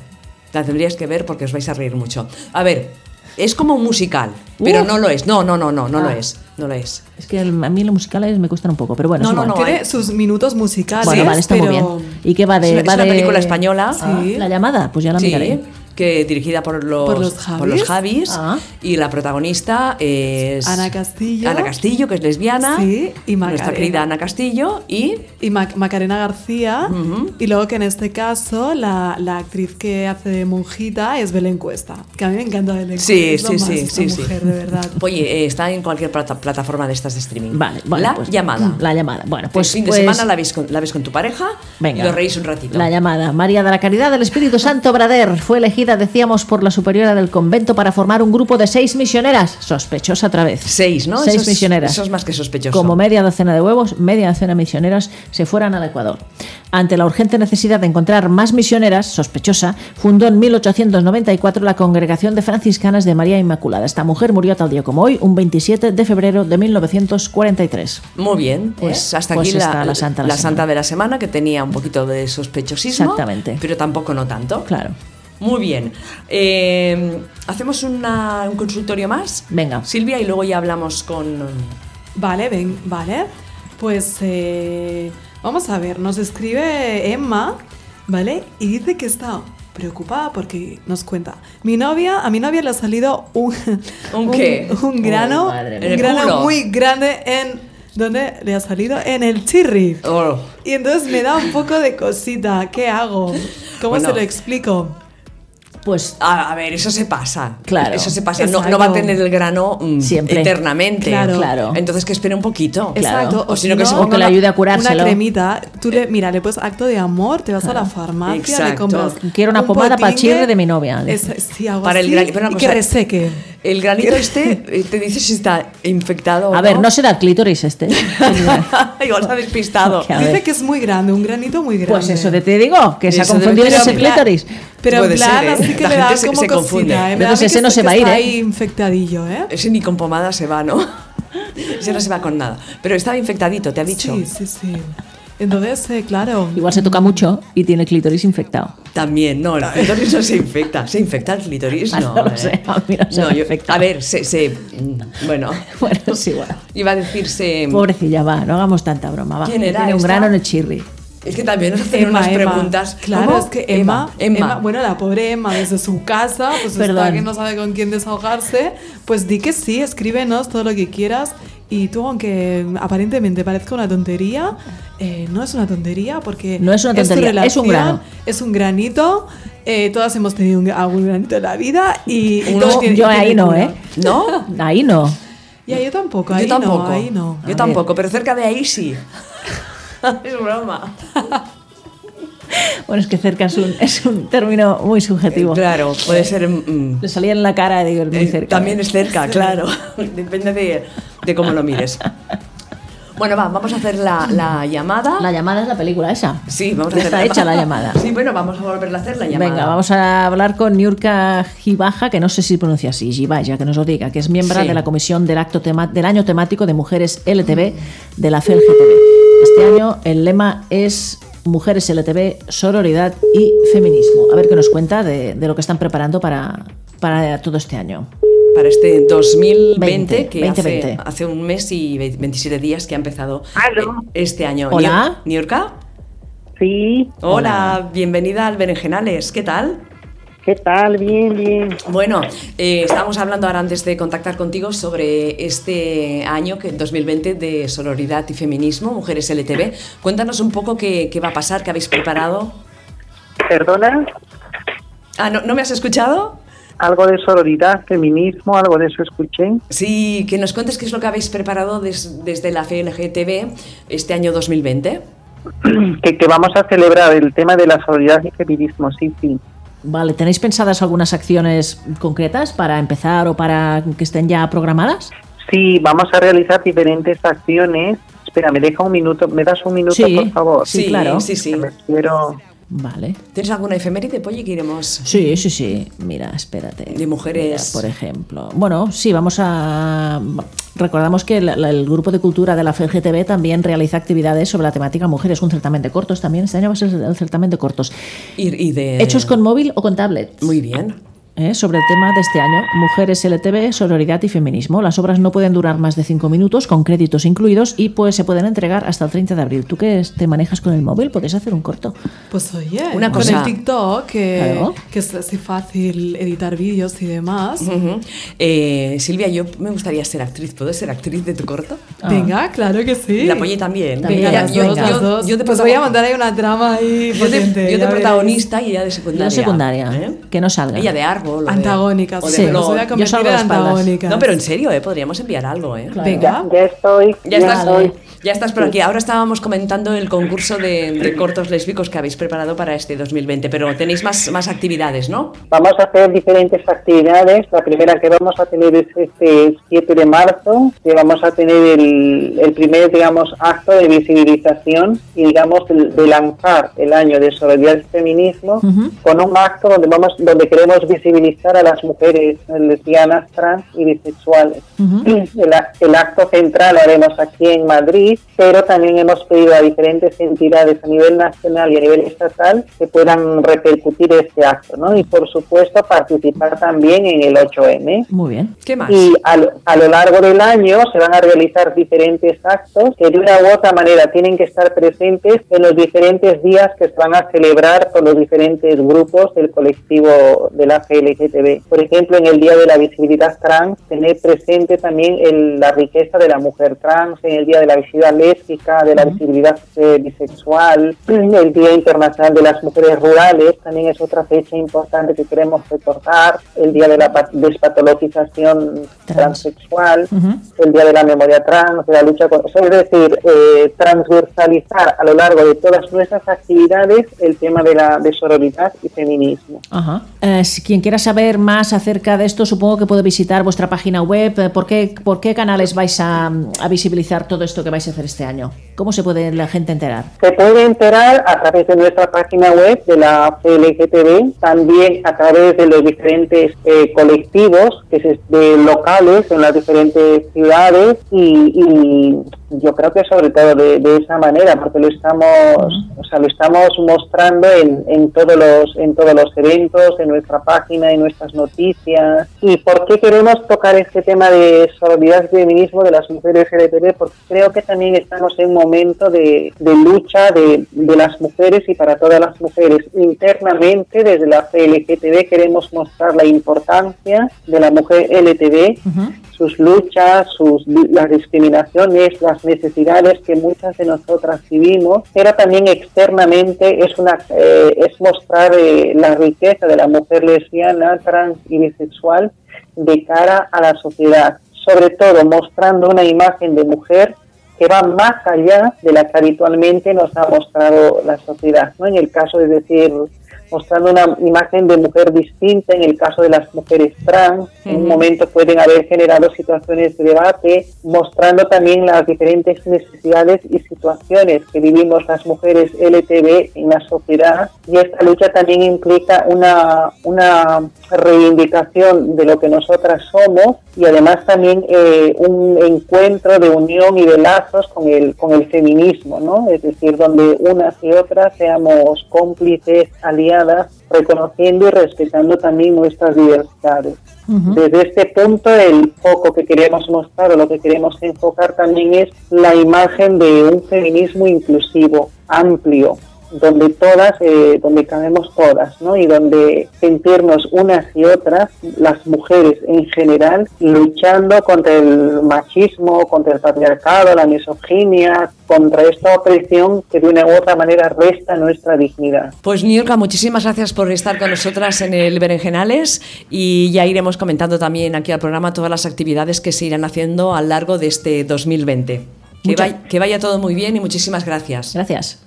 La tendrías que ver porque os vais a reír mucho. A ver, es como un musical, pero
Uh.
no lo es. No, no, no, no, no lo
Ah.
es. No lo es.
Es que el- a mí los musicales me cuestan un poco, pero bueno,
No,
es
no,
igual.
no,
Tiene
hay-
sus minutos musicales.
eh. Bueno, vale, está muy
pero-
bien. ¿Y qué va de.?
Es una- es
va
una
de-
película española.
Ah,
Sí.
la llamada, pues ya la miraré.
Sí, que dirigida por los,
Por los Javis.
Javis,
Ah.
y la protagonista es
Ana Castillo.
Ana Castillo, que es lesbiana.
Sí, y
Nuestra
Macarena.
querida Ana Castillo y
Y Mac- Macarena García. Y luego que en este caso la, la actriz que hace de monjita es Belén Cuesta. Que a mí me encanta Belén Cuesta.
Sí,
es lo
sí,
más
sí,
esta
sí, sí.
mujer, de verdad.
Oye, eh, está en cualquier plata- plataforma de estas de streaming.
Vale, bueno,
la
pues-
llamada.
La llamada. Bueno, pues.
el fin
pues-
de semana la ves con, la ves con tu pareja
Venga.
y lo reís un ratito.
La llamada. María de la Caridad del Espíritu Santo Brader fue elegida, decíamos, por la superiora del convento para formar un grupo de seis misioneras. Sospechosa otra vez.
Seis, ¿no?
Seis
Eso es-
misioneras.
Eso es más que sospechoso.
Como media docena de huevos, media docena de misioneras se fueran al Ecuador. Ante la urgente necesidad de encontrar más misioneras, sospechosa, fundó en 1894 la Congregación de Franciscanas de María Inmaculada. Esta mujer murió tal día como hoy, un 27 de febrero de 1943.
Muy bien, pues
¿Eh?
hasta
Pues
aquí la,
está la santa de la semana.
de la semana que tenía un poquito de sospechosismo.
Exactamente.
Pero tampoco no tanto.
Claro.
Muy bien. Eh, Hacemos una- un consultorio más.
Venga.
Silvia, y luego ya hablamos con.
Vale, ven, vale. Pues eh, vamos a ver, nos escribe Emma, ¿vale? Y dice que está preocupada porque nos cuenta, mi novia, a mi novia le ha salido un
(laughs) ¿Un qué?
un, un grano,
Uy,
mía.
madre
En
un
el
grano
culo.
muy grande en ¿dónde le ha salido? En el chirri.
Oh.
Y entonces me da un poco de cosita, ¿qué hago? ¿Cómo
Bueno.
se lo explico?
Pues
A, a ver, eso se pasa.
Claro.
Eso se pasa. No, no va a tener el grano mm,
Siempre.
eternamente.
Claro.
Claro.
Entonces que espere un poquito.
Claro.
Exacto,
O sino que se- o
que le
una-
ayude a curárselo.
Una cremita, tú le, mira, le pones acto de amor, te vas a la farmacia, le
Exacto.
compras.
Quiero una
un
pomada para
potingue,
chirre de mi novia.
es- sí, algo
Para el
así,
gran- pero una
y
pues
cosa-
que reseque.
El granito este eh, te dice si está infectado o
A ver, no será el clítoris este.
(laughs) Igual está despistado.
Que a
Dice
ver.
que es muy grande, un granito muy grande.
Pues eso de te digo, que se ha
Eso
confundido
debe
ese
ser
el
en plan-
clítoris.
Pero
Puede
en plan,
ser, ¿eh?
así que
La
le
gente
da
se-
como
se confunde.
cosita, ¿eh? Me da
Entonces
a mí
ese
que
no
está-
se va
que
a ir,
está
¿eh?
ahí infectadillo, ¿eh?
Ese ni con pomada se va, ¿no? Ese no se va con nada. Pero estaba infectadito, te ha dicho.
Sí, sí, sí. Entonces, eh, claro.
Igual se toca mucho y tiene el clítoris infectado.
También, no, el clítoris no se infecta. Se infecta el clítoris,
Ah,
no.
no lo
¿eh?
sé, a mí no se me infecta.
A ver, se, se- mm, (laughs) Bueno,
Bueno, sí, bueno.
iba a decirse.
Pobrecilla, va, no hagamos tanta broma, va.
¿Quién era
Tiene un
esta?
grano en el chirri.
Es que también nos hacen unas preguntas.
Claro,
¿Cómo?
es que Emma,
Emma.
Emma, Bueno, la pobre Emma, desde su casa, pues
Perdón.
está que no sabe con quién desahogarse. Pues di que sí, escríbenos todo lo que quieras. Y tú, aunque aparentemente parezca una tontería, eh, no es una tontería porque.
No es una
tu
tontería, es un grano.
Es un granito. eh, todas hemos tenido un- algún granito en la vida. Y, y
Uno-
todos tienen-
yo ahí
tienen
no,
uno.
¿eh?
¿No?
(laughs) Ahí no.
(laughs) Ya, yo tampoco, ahí
Yo tampoco.
no, ahí no.
Yo tampoco, pero cerca de ahí sí. (laughs) es broma.
Bueno, es que cerca es un, es un término muy subjetivo.
Claro, puede ser. mm,
Le salía en la cara, digo, muy
Eh,
cerca.
También es
(laughs)
cerca, claro. (laughs) Depende de, de cómo lo mires. Bueno, va, vamos a hacer la, la llamada.
La llamada es la película esa.
sí, vamos a
Ya
hacer
está hecha la llamada.
Sí, bueno, vamos a volverla a hacer la llamada.
Venga, vamos a hablar con Niurka Gibaja, que no sé si pronuncia así, Gibaja, que nos lo diga, que es miembro
Sí.
de la Comisión del, acto tema- del Año Temático de Mujeres LTV de la FELGTB. Este año el lema es Mujeres LTV, Sororidad y Feminismo. A ver qué nos cuenta de, de lo que están preparando para, para todo este año.
Para este 2020,
Veinte,
que
veinte,
hace,
veinte.
hace un mes y ve- 27 días que ha empezado
Aló.
eh, este año.
Hola.
Ni- Niurka.
Sí,
Hola, bienvenida al Berenjenales. ¿Qué tal?
¿qué tal? Bien, bien.
Bueno, eh, estábamos hablando ahora antes de contactar contigo sobre este año que 2020 de sororidad y feminismo, mujeres LTV. Cuéntanos un poco qué, qué va a pasar, qué habéis preparado.
¿Perdona?
Ah, ¿no, ¿no me has escuchado?
Algo de sororidad, feminismo, algo de eso escuché.
Sí, que nos cuentes qué es lo que habéis preparado des- desde la FLGTB este año 2020.
Que, que vamos a celebrar el tema de la sororidad y feminismo, sí, sí.
Vale, ¿tenéis pensadas algunas acciones concretas para empezar o para que estén ya programadas?
Sí, vamos a realizar diferentes acciones. Espera, me deja un minuto, me das un minuto,
Sí.
por favor.
Sí, claro.
Sí, sí.
Que Me quiero...
Vale.
¿Tienes alguna efeméride, Polly, que iremos?
Sí, sí, sí. Mira, espérate.
De mujeres.
Mira, por ejemplo. Bueno, sí, vamos a. Recordamos que la- la- el, grupo de cultura de la FGTB también realiza actividades sobre la temática mujeres, un certamen de cortos también. Este año va a ser el certamen de cortos.
Y, y de...
Hechos con móvil o con tablet.
Eh. Muy bien.
¿eh? sobre el tema de este año, Mujeres LTV, Sororidad y Feminismo. Las obras no pueden durar más de cinco minutos, con créditos incluidos, y pues se pueden entregar hasta el 30 de abril. Tú que te manejas con el móvil, podéis hacer un corto.
Pues oye,
Una
con
cosa-
el TikTok, que,
Claro.
que es así fácil editar vídeos y demás.
Ujú. Eh, Silvia, yo me gustaría ser actriz. ¿Puedo ser actriz de tu corto?
Venga, claro que sí.
Y La Polly Ah. también.
También,
Venga,
Ella-
las
yo,
dos,
yo-
las dos.
yo de
pues
protagon-
voy a mandar ahí una trama ahí.
yo de- yo
potente,
de
ya veréis.
protagonista y ella de secundaria.
La secundaria,
¿Eh?
que no salga.
Ella de árbol. o de-
Antagónica,
o de
sí.
blog.
Nos voy
flor.
a
Yo
convertir
salgo
en
de espaldas.
antagónica.
No, pero en serio, ¿eh? podríamos enviar algo. ¿eh?
Venga.
Ya estoy,
Ya estás,
Vale.
ya estás por aquí. Ahora estábamos comentando el concurso de, de cortos lésbicos que habéis preparado para este 2020, pero tenéis más, más actividades, ¿no?
Vamos a hacer diferentes actividades. La primera que vamos a tener es este 7 de marzo, que vamos a tener el, el primer, digamos, acto de visibilización y, digamos, el- de lanzar el año de solidaridad y feminismo con un acto donde vamos donde queremos visibilizar a las mujeres lesbianas, trans y bisexuales. el, a- el acto central lo haremos aquí en Madrid, pero también hemos pedido a diferentes entidades a nivel nacional y a nivel estatal que puedan repercutir este acto, ¿no? Y por supuesto participar también en el 8M.
Muy bien.
¿Qué más?
Y a lo, a lo largo del año se van a realizar diferentes actos que de una u otra manera tienen que estar presentes en los diferentes días que se van a celebrar con los diferentes grupos del colectivo de la GLGTB. Por ejemplo, en el Día de la Visibilidad Trans, tener presente también el- la riqueza de la mujer trans, en el Día de la Visibilidad Lésbica, de la Visibilidad eh, Bisexual, el Día Internacional de las Mujeres Rurales, también es otra fecha importante que queremos recordar, el Día de la pat- Despatologización
Trans.
Transexual,
Ujú.
el Día de la Memoria Trans, de la lucha con... Es decir, eh, transversalizar a lo largo de todas nuestras actividades el tema de la de sororidad y feminismo.
Ajá. Eh, si quien quiera saber más acerca de esto, supongo que puede visitar vuestra página web. Eh, ¿Por qué, por qué canales vais a, a visibilizar todo esto que vais a hacer este año? ¿Cómo se puede la gente enterar?
Se puede enterar a través de nuestra página web de la CLGTB, también a través de los diferentes eh, colectivos que se- de locales en las diferentes ciudades y, y
yo creo que sobre todo de, de esa manera, porque lo estamos, o sea, lo estamos mostrando en, en todos los, en todos los eventos, en nuestra página, en nuestras noticias. ¿Y por qué queremos tocar este tema de sororidad y feminismo de las mujeres LGTB? Porque creo que también estamos en un momento de, de lucha de, de las mujeres y para todas las mujeres. Internamente, desde la LGTB queremos mostrar la importancia de la mujer LGTB sus luchas, sus, las discriminaciones, las necesidades que muchas de nosotras vivimos, pero también externamente es, una, eh, es mostrar eh, la riqueza de la mujer lesbiana, trans y bisexual de cara a la sociedad, sobre todo mostrando una imagen de mujer que va más allá de la que habitualmente nos ha mostrado la sociedad, ¿no? En el caso, es decir, mostrando una imagen de mujer distinta en el caso de las mujeres trans. En un momento pueden haber generado situaciones de debate, mostrando también las diferentes necesidades y situaciones que vivimos las mujeres LTB en la sociedad. Y esta lucha también implica una, una reivindicación de lo que nosotras somos y además también eh, un encuentro de unión y de lazos con el, con el feminismo, ¿no? Es decir, donde unas y otras seamos cómplices, aliadas, reconociendo y respetando también nuestras diversidades. Desde este punto, el foco que queremos mostrar o lo que queremos enfocar también es la imagen de un feminismo inclusivo, amplio, donde todas, eh, donde cabemos todas, ¿no? Y donde sentirnos unas y otras, las mujeres en general, luchando contra el machismo, contra el patriarcado, la misoginia, contra esta opresión que de una u otra manera resta nuestra dignidad.
Pues Niurka, muchísimas gracias por estar con nosotras en el Berenjenales y ya iremos comentando también aquí al programa todas las actividades que se irán haciendo a lo largo de este 2020. Que,
Muchas-
vaya- que vaya todo muy bien y muchísimas gracias.
Gracias.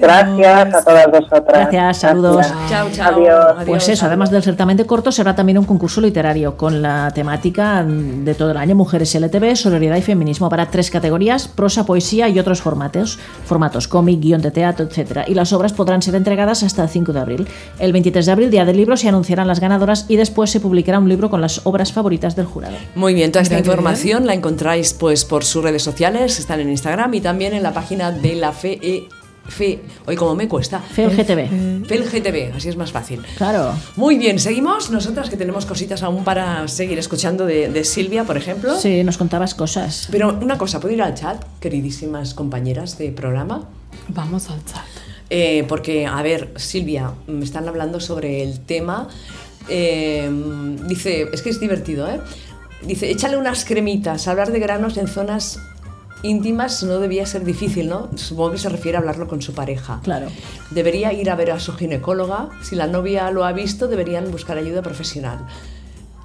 Gracias a todas vosotras.
Gracias, saludos.
Chao, chao.
Adiós.
Pues eso, además del certamen de cortos, habrá también un concurso literario con la temática de todo el año Mujeres LTV, Sororidad y Feminismo. Habrá tres categorías, prosa, poesía y otros formatos, formatos cómic, guión de teatro, etcétera. Y las obras podrán ser entregadas hasta el 5 de abril. El 23 de abril, Día del Libro, se anunciarán las ganadoras y después se publicará un libro con las obras favoritas del jurado.
Muy bien, toda esta
Mira qué
información la encontráis pues por sus redes sociales, están en Instagram y también en la página de la FE. eh, Fe, hoy como me cuesta.
FELGTB.
FELGTB, así es más fácil.
Claro.
Muy bien, seguimos. Nosotras que tenemos cositas aún para seguir escuchando de, de Silvia, por ejemplo.
Sí, nos contabas cosas.
Pero una cosa, ¿puedo ir al chat, queridísimas compañeras de programa?
Vamos al chat.
Eh, porque, a ver, Silvia, me están hablando sobre el tema. Eh, dice, es que es divertido, ¿eh? Dice, échale unas cremitas. Hablar de granos en zonas íntimas no debía ser difícil, ¿no? Supongo que se refiere a hablarlo con su pareja.
Claro.
Debería ir a ver a su ginecóloga. Si la novia lo ha visto, deberían buscar ayuda profesional.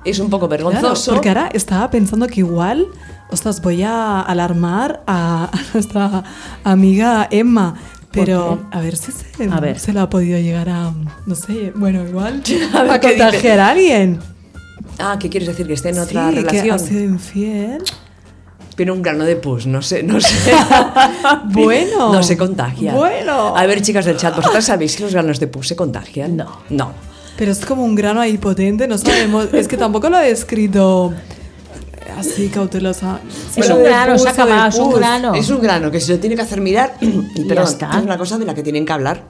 Es un poco
Claro,
vergonzoso.
porque ahora estaba pensando que igual, ostras, voy a alarmar a, a nuestra amiga Emma. Pero a ver si se,
A ver.
se lo ha podido llegar a. No sé, bueno,
(laughs)
igual.
A
A,
ver qué dice.
contagiar a alguien.
Ah, ¿qué quieres decir? Que esté en otra
Sí, que ha
relación.
sido infiel.
Pero un grano de pus, no sé, no sé.
(laughs) Bueno.
No se contagia.
Bueno.
A ver, chicas del chat, ¿vosotras sabéis si los granos de pus se contagian?
No.
No.
Pero es como un grano ahí potente, no sabemos. es que tampoco lo he descrito así cautelosa.
Es
Pero
un
de
grano,
pus,
saca
de
más, un
pus.
grano.
Es un grano que se lo tiene que hacer mirar, (clears throat) pero
Ya está.
es una cosa de la que tienen que hablar.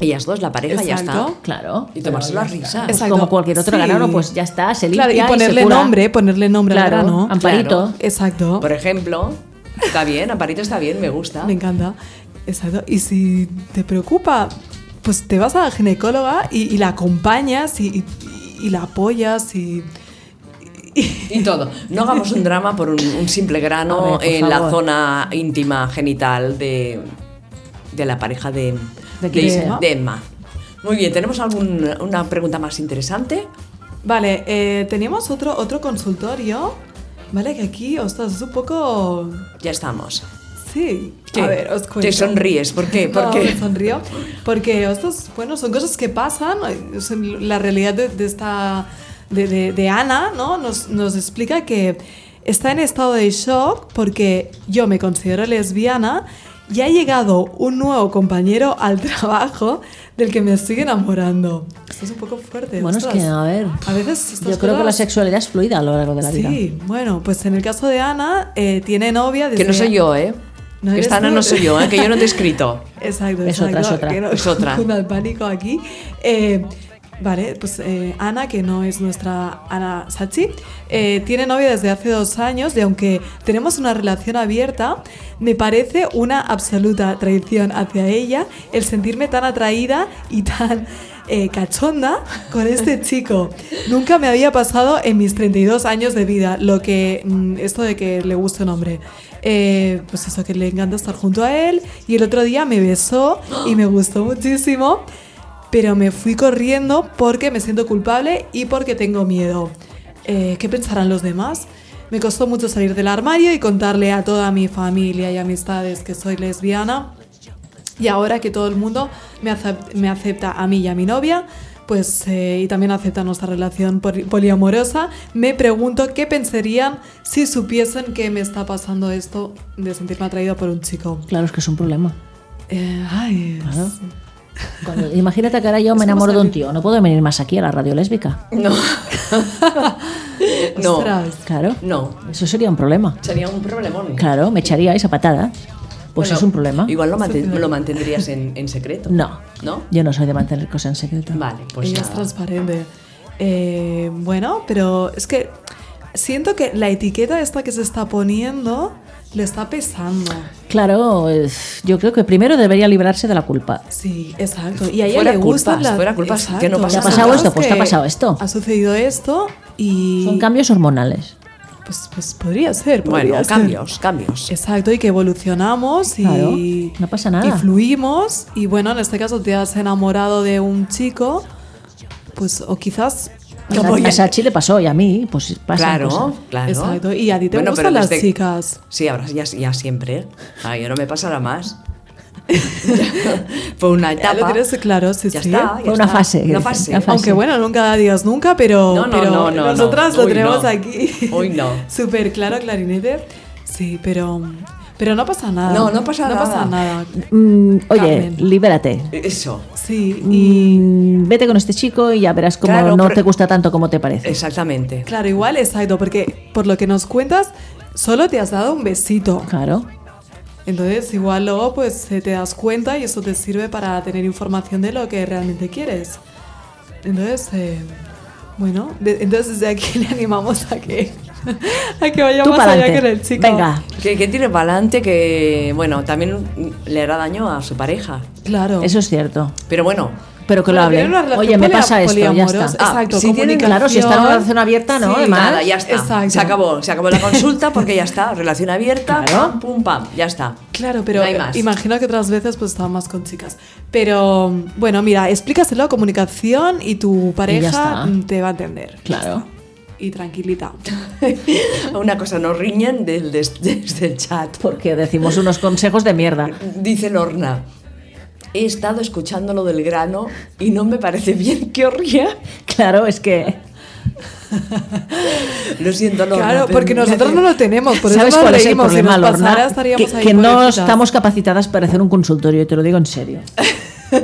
Ellas dos, la pareja, ya
Exacto.
está.
Claro.
Y tomarse las risas.
Pues
Exacto.
como cualquier otro
Sí.
ganado, pues ya está, se limpia
Claro, y
se
ponerle
cura.
nombre, ponerle nombre al
claro,
grano.
Amparito.
Claro.
Exacto.
Por ejemplo, está bien, Amparito está bien, me gusta.
Me encanta. Exacto. Y si te preocupa, pues te vas a la ginecóloga y, y la acompañas y, y- y la apoyas y...
Y todo. No hagamos un drama por un, un simple
A
grano
ver, por
en la
favor.
zona íntima genital de, de la pareja de,
¿De quién
de-
sea?
de Emma. Muy bien, ¿tenemos alguna pregunta más interesante?
Vale, eh, teníamos otro, otro consultorio, ¿vale? Que aquí, ostras, es un poco...
Ya estamos.
Sí.
¿Qué?
A ver, os cuento.
Te sonríes,
(laughs)
¿por qué? ¿Por
No,
qué?
me
pues,
sonrío. Porque, ostras, bueno, son cosas que pasan. eh, son La realidad de, de esta. De, de- de Ana, ¿no? Nos, nos explica que está en estado de shock porque yo me considero lesbiana y ha llegado un nuevo compañero al (laughs) trabajo del que me sigue enamorando. Esto es un poco fuerte.
Bueno, es
ostras.
que, a ver,
A veces estas
yo creo que la
cosas-
sexualidad es fluida a lo largo de la vida.
Sí, bueno, pues en el caso de Ana, eh, tiene novia.
Que no
desde-
soy yo, ¿eh?
No
que
eres
esta Ana
tú.
no soy yo, ¿eh? que yo no te he escrito.
(laughs) Exacto,
Es otra,
exacto,
es otra.
que no
Es
(laughs)
otra.
cunda el pánico aquí. Eh, vale, pues eh, Ana, que no es nuestra Ana Sachi, eh, tiene novia desde hace dos años y aunque tenemos una relación abierta, me parece una absoluta traición hacia ella el sentirme tan atraída y tan eh, cachonda con este chico. Nunca me había pasado en mis 32 años de vida lo que mm, esto de que le guste un hombre. Eh, pues eso, que le encanta estar junto a él. Y el otro día me besó y me gustó muchísimo. Pero me fui corriendo porque me siento culpable y porque tengo miedo. Eh, ¿Qué pensarán los demás? Me costó mucho salir del armario y contarle a toda mi familia y amistades que soy lesbiana. Y ahora que todo el mundo me, acep- me acepta a mí y a mi novia, pues eh, y también acepta nuestra relación poli- poliamorosa, me pregunto qué pensarían si supiesen que me está pasando esto de sentirme atraída por un chico.
Claro, es que es un problema.
Eh, ay, es-
Cuando- imagínate que ahora yo me enamoro de un tío, no puedo venir más aquí a la radio lésbica.
No. (laughs) no.
ostras.
Claro,
No.
eso sería un problema.
Sería un problemón.
Claro, me echaríais a patadas. Pues
Bueno,
es un problema.
Igual lo, manten- lo mantendrías en, en secreto.
No.
¿No?
Yo no soy de mantener cosas en secreto.
Vale, pues
Ella es
nada.
transparente. Eh, bueno, pero es que siento que la etiqueta esta que se está poniendo le está pesando.
Claro, eh, yo creo que primero debería librarse de la culpa.
Sí, exacto. Y a ella
Fuera
le gusta
culpas,
la-
fuera culpas, que no
Exacto.
pasa
¿Te ha pasado
nada.
esto? Pues te ha
Que
pasado esto.
Ha sucedido esto y
Son cambios hormonales.
pues, pues podría ser, podría
Bueno,
ser.
cambios, cambios.
Exacto, y que evolucionamos y
Claro, no pasa nada.
Y fluimos y bueno, en este caso te has enamorado de un chico, pues o quizás
A Sa- a Sachi le pasó y a mí, pues pasa.
Claro, claro.
Exacto, y a ti te gustan
pero
las
desde-
chicas.
Sí, ahora ya, ya siempre. Ah, yo no me pasará más. (laughs) Fue una
Ya
etapa.
lo tienes claro, sí,
ya
sí.
está. ya
Fue una
está.
fase,
Una
que-
fase.
una fase.
Aunque bueno, nunca digas nunca, pero,
No, no,
pero
no, no,
nosotras
no.
lo
Uy,
tenemos
no.
aquí.
Uy, no.
(laughs) Súper claro, clarinete. Sí, pero, pero no pasa nada.
No, no pasa nada.
nada.
Mm, oye,
Carmen.
libérate.
Eso.
Sí, y
Mm, vete con este chico y ya verás cómo
Claro,
no
pero-
te gusta tanto como te parece.
Exactamente.
claro, igual, exacto, porque por lo que nos cuentas, solo te has dado un besito.
Claro.
Entonces, igual luego pues eh, te das cuenta y eso te sirve para tener información de lo que realmente quieres. Entonces, eh, bueno, de- entonces desde aquí le animamos a que, (laughs) a que vaya
Tú
más
para
allá con el chico.
Venga,
Que, que tire para adelante, que bueno, también le hará daño a su pareja.
Claro.
eso es cierto.
Pero bueno,
Pero que lo
Bueno, tiene
hable.
una relación
Oye, me
polia-
pasa esto, ya
poliamorosa.
está.
Ah,
Exacto,
si tienen-
comunicación.
claro, si está en una relación abierta, ¿no?
Sí.
Además.
nada, ya está.
Exacto.
Se acabó, se acabó la consulta porque ya está. Relación abierta,
Claro.
pam, pum, pam, ya está.
Claro, pero
No hay más.
imagino que otras veces pues estaba más con chicas. Pero bueno, mira, explícaselo, comunicación y tu pareja
está.
mm, te va a entender.
Claro. (laughs)
Y tranquilita.
(laughs) Una cosa, nos riñen del- des- (laughs) desde el chat.
Porque decimos unos consejos de mierda.
Dice Lorna. He estado escuchando lo del grano y no me parece bien que os ría.
Claro, es que.
Lo siento, Lorna.
Claro,
pero
porque
mira
nosotros
que-
no lo tenemos, por eso
¿Sabes
nos
cuál es el
reímos.
problema,
si nos pasara,
Lorna?
estaríamos
Que,
ahí
que no
pobrecitas.
estamos capacitadas para hacer un consultorio, te lo digo en serio.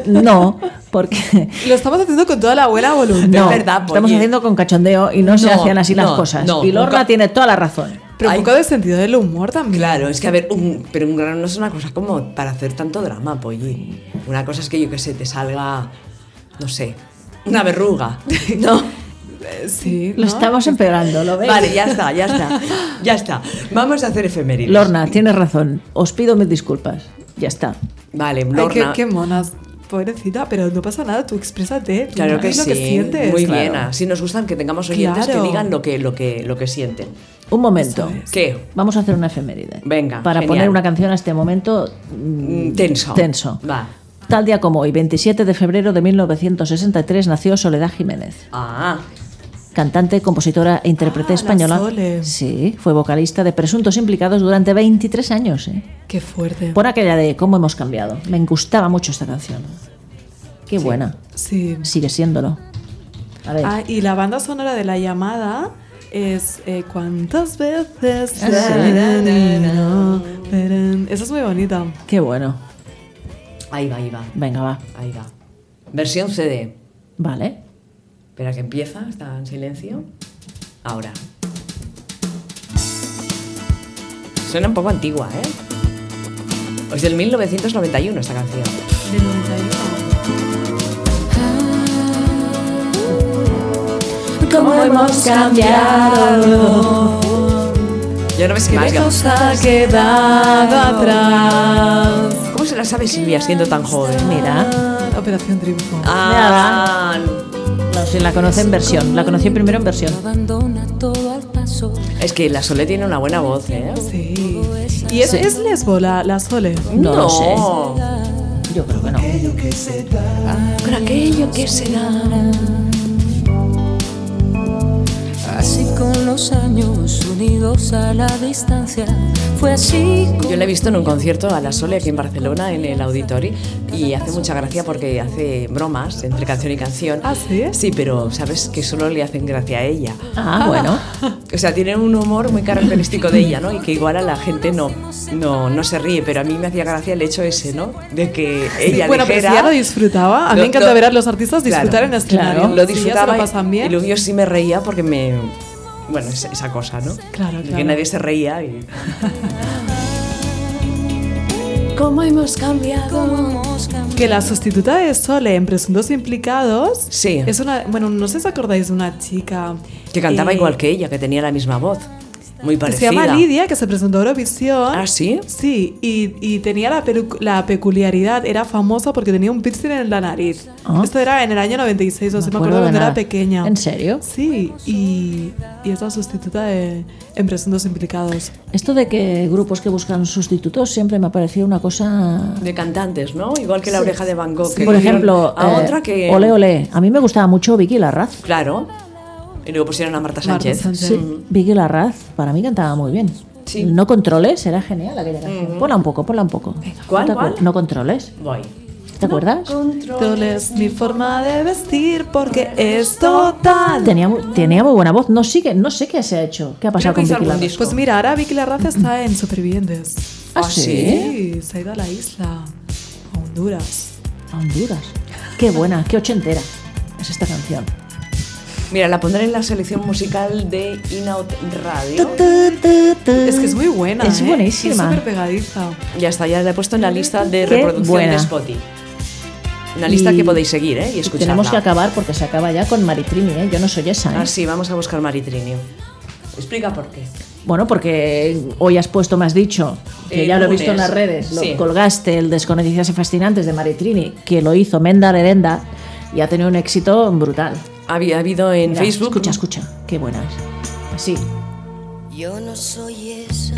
No,
(laughs)
porque.
Lo estamos haciendo con toda la buena voluntad.
No,
verdad,
estamos
Polly.
haciendo con cachondeo y no, se
No,
hacían así las
no,
cosas.
no,
y Lorna
nunca-
tiene toda la razón.
Pero
Ay.
un poco de sentido del humor también.
Claro, es que a ver, un- pero un grano no es una cosa como para hacer tanto drama, Polly. Una cosa es que yo que sé, te salga, no sé, una verruga. (laughs)
(laughs)
No.
Sí,
Lo
¿no?
estamos empeorando, ¿lo veis?
Vale, ya está, ya está. Ya está. Vamos a hacer efemérides.
Lorna, tienes razón. Os pido mis disculpas. Ya está.
Vale,
Ay,
Lorna.
qué, qué monas. Pobrecita, pero no pasa nada, tú exprésate. Tú
Claro que
di lo
sí,
que sientes.
muy
Claro.
bien. Así nos gustan que tengamos oyentes
Claro.
que digan lo que, lo que, lo que sienten.
Un momento.
¿Qué?
Vamos a hacer una efeméride.
Venga,
Para
genial.
poner una canción a este momento mm,
Mm, Tenso.
tenso.
Va.
Tal día como hoy, 27 de febrero de 1963, nació Soledad Jiménez,
Ah,
cantante, compositora e intérprete
Ah, la
española.
Sole.
Sí, fue vocalista de Presuntos Implicados durante 23 años. ¿eh?
Qué fuerte.
Por aquella de cómo hemos cambiado. Me gustaba mucho esta canción. Qué buena.
Sí.
Sigue siéndolo. A ver.
Ah, y la banda sonora de la llamada es eh, ¿Cuántas veces?
Ah, sí.
Esa es muy bonita.
Qué bueno.
ahí va, ahí va.
Venga, va.
Ahí va. Versión CD.
Vale.
Espera que empieza, está en silencio. Ahora. Suena un poco antigua, ¿eh? Es del 1991 esta canción.
De 91.
¿Cómo hemos cambiado? Ya no ves que venga.
quedado atrás.
¿Cómo se la sabe Silvia siendo tan joven?
Mira.
Operación Triunfo.
Ah,
No sé, la conoce en versión. La conocí primero en versión.
es que la Sole tiene una buena voz, ¿eh?
Sí. Y es, es lesbo la, la Sole.
No lo sé. Yo creo que no.
Con aquello que se da.
Así con los años unidos a la distancia, fue así
Yo la he visto en un concierto a la Sole aquí en Barcelona, en el Auditori, y hace mucha gracia porque hace bromas entre canción y canción.
¿Ah, sí?
Sí, pero sabes que solo le hacen gracia a ella.
Ah, bueno.
O sea, tiene un humor muy característico de ella, ¿no? Y que igual a la gente no, no, no se ríe, pero a mí me hacía gracia el hecho ese, ¿no? De que ella
bueno, pero
dijera...
si ya lo disfrutaba. A mí
Lo-
me encanta
lo-
ver a los artistas
Claro,
disfrutar en escenario.
Claro, lo
Si ya se
disfrutaba
lo pasan
y-
bien.
y luego yo sí me reía porque me... Bueno, es- esa cosa, ¿no?
Claro,
De Que
claro.
nadie se reía y...
Que la sustituta de Sole en Presuntos Implicados
Sí.
es una. Bueno, no sé si acordáis de una chica.
Que cantaba
eh,
igual que ella, que tenía la misma voz. Muy
que
parecida.
Se llama Lidia, que se presentó a Eurovisión.
¿Ah, sí?
Sí, y, y tenía la, peru- la peculiaridad, era famosa porque tenía un piercing en la nariz.
Ah.
Esto era en el año 96, o sea, me
acuerdo
acuerdo
de
cuando
nada.
era pequeña.
¿En serio?
Sí, y, y es la sustituta de, en Presuntos Implicados.
Esto de que grupos que buscan sustitutos siempre me ha parecido una cosa.
De cantantes, ¿no? Igual que la oreja de Van Gogh. que
Por
pusieron
ejemplo,
A
eh,
otra que...
Ole Ole. A mí me gustaba mucho Vicky Larraz.
Claro. Y luego pusieron a Marta Sánchez.
Marta Sánchez.
Sí. Mm. Vicky Larraz, para mí cantaba muy bien.
Sí.
No controles, era genial aquella canción. Ponla un poco, ponla un poco.
¿Cuál,
¿No te
cuál?
acuer- No controles.
Voy.
¿Te acuerdas?
Controles mi forma de vestir porque es total.
Tenía, mu- tenía muy buena voz. No, sí que, no sé qué se ha hecho. ¿Qué ha pasado
que
con
hizo
Vicky
algún
Larraz?
disco.
Pues mira, ahora Vicky Larraza está en Supervivientes.
¿Ah,
Ah, sí?
sí?
Sí, se ha ido a la isla, a Honduras.
A Honduras. Qué buena, qué ochentera es esta canción.
Mira, la pondré en la selección musical de Inaut Radio.
Es que es muy buena.
Mm. Es
¿eh?
buenísima.
Es súper pegadiza.
Ya está, ya la he puesto en la lista de
Qué
reproducción
buena.
de Spotify. Una lista
Y-
que podéis seguir, ¿eh? Y escucharla.
Tenemos que acabar porque se acaba ya con Maritrini, ¿eh? Yo no soy esa, ¿eh?
Ah, sí, vamos a buscar Maritrinio. Explica por qué.
Bueno, porque hoy has puesto, me has dicho, que
Eh,
ya lo he
lunes.
visto en las redes, lo
Sí.
colgaste el Desconocidas y Fascinantes de Maritrini, que lo hizo Menda Lerenda y ha tenido un éxito brutal.
Había habido en
Mira,
Facebook.
Escucha, escucha, qué buena es. Así.
Yo no soy esa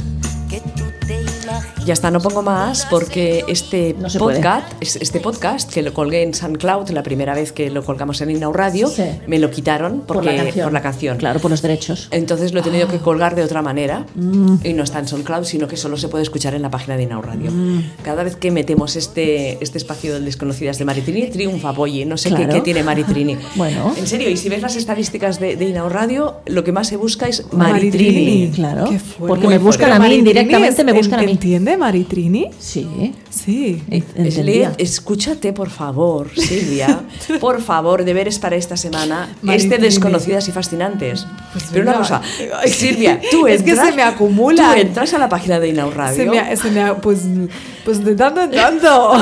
que tú te imaginas.
Ya está, no pongo más porque este
No se
podcast, es- este podcast que lo colgué en SoundCloud la primera vez que lo colgamos en Inau Radio,
Sí.
me lo quitaron porque,
por la canción.
canción.
Claro, por los derechos.
Entonces lo he tenido que
Ah.
colgar de otra manera
Mm.
y no está en SoundCloud, sino que solo se puede escuchar en la página de Inau Radio.
Mm.
Cada vez que metemos este, este espacio de desconocidas de Maritrini, triunfa Boye. No sé qué-
Claro.
qué, tiene
(laughs)
Maritrini.
Bueno.
En serio, y si ves las estadísticas de, de Inau Radio, lo que más se busca es
Maritrini.
Maritrini.
Claro,
Qué fuerte.
porque
Muy
me
fuerte.
buscan a mí,
Maritrini
indirectamente
es-
me buscan a mí.
¿Entiende Maritrini?
Sí, eh,
Sí.
Es
entendía.
leer- escúchate, por favor,
(laughs)
Silvia. por favor, deberes para esta semana. este
Maritrini.
desconocidas y fascinantes. Pero una
venga.
cosa, Silvia, tú
Es que
entras,
se me acumula.
Tú entras a la página de Inau Radio.
Se me, ha- se me ha- pues, pues de tanto
(laughs)
en tanto.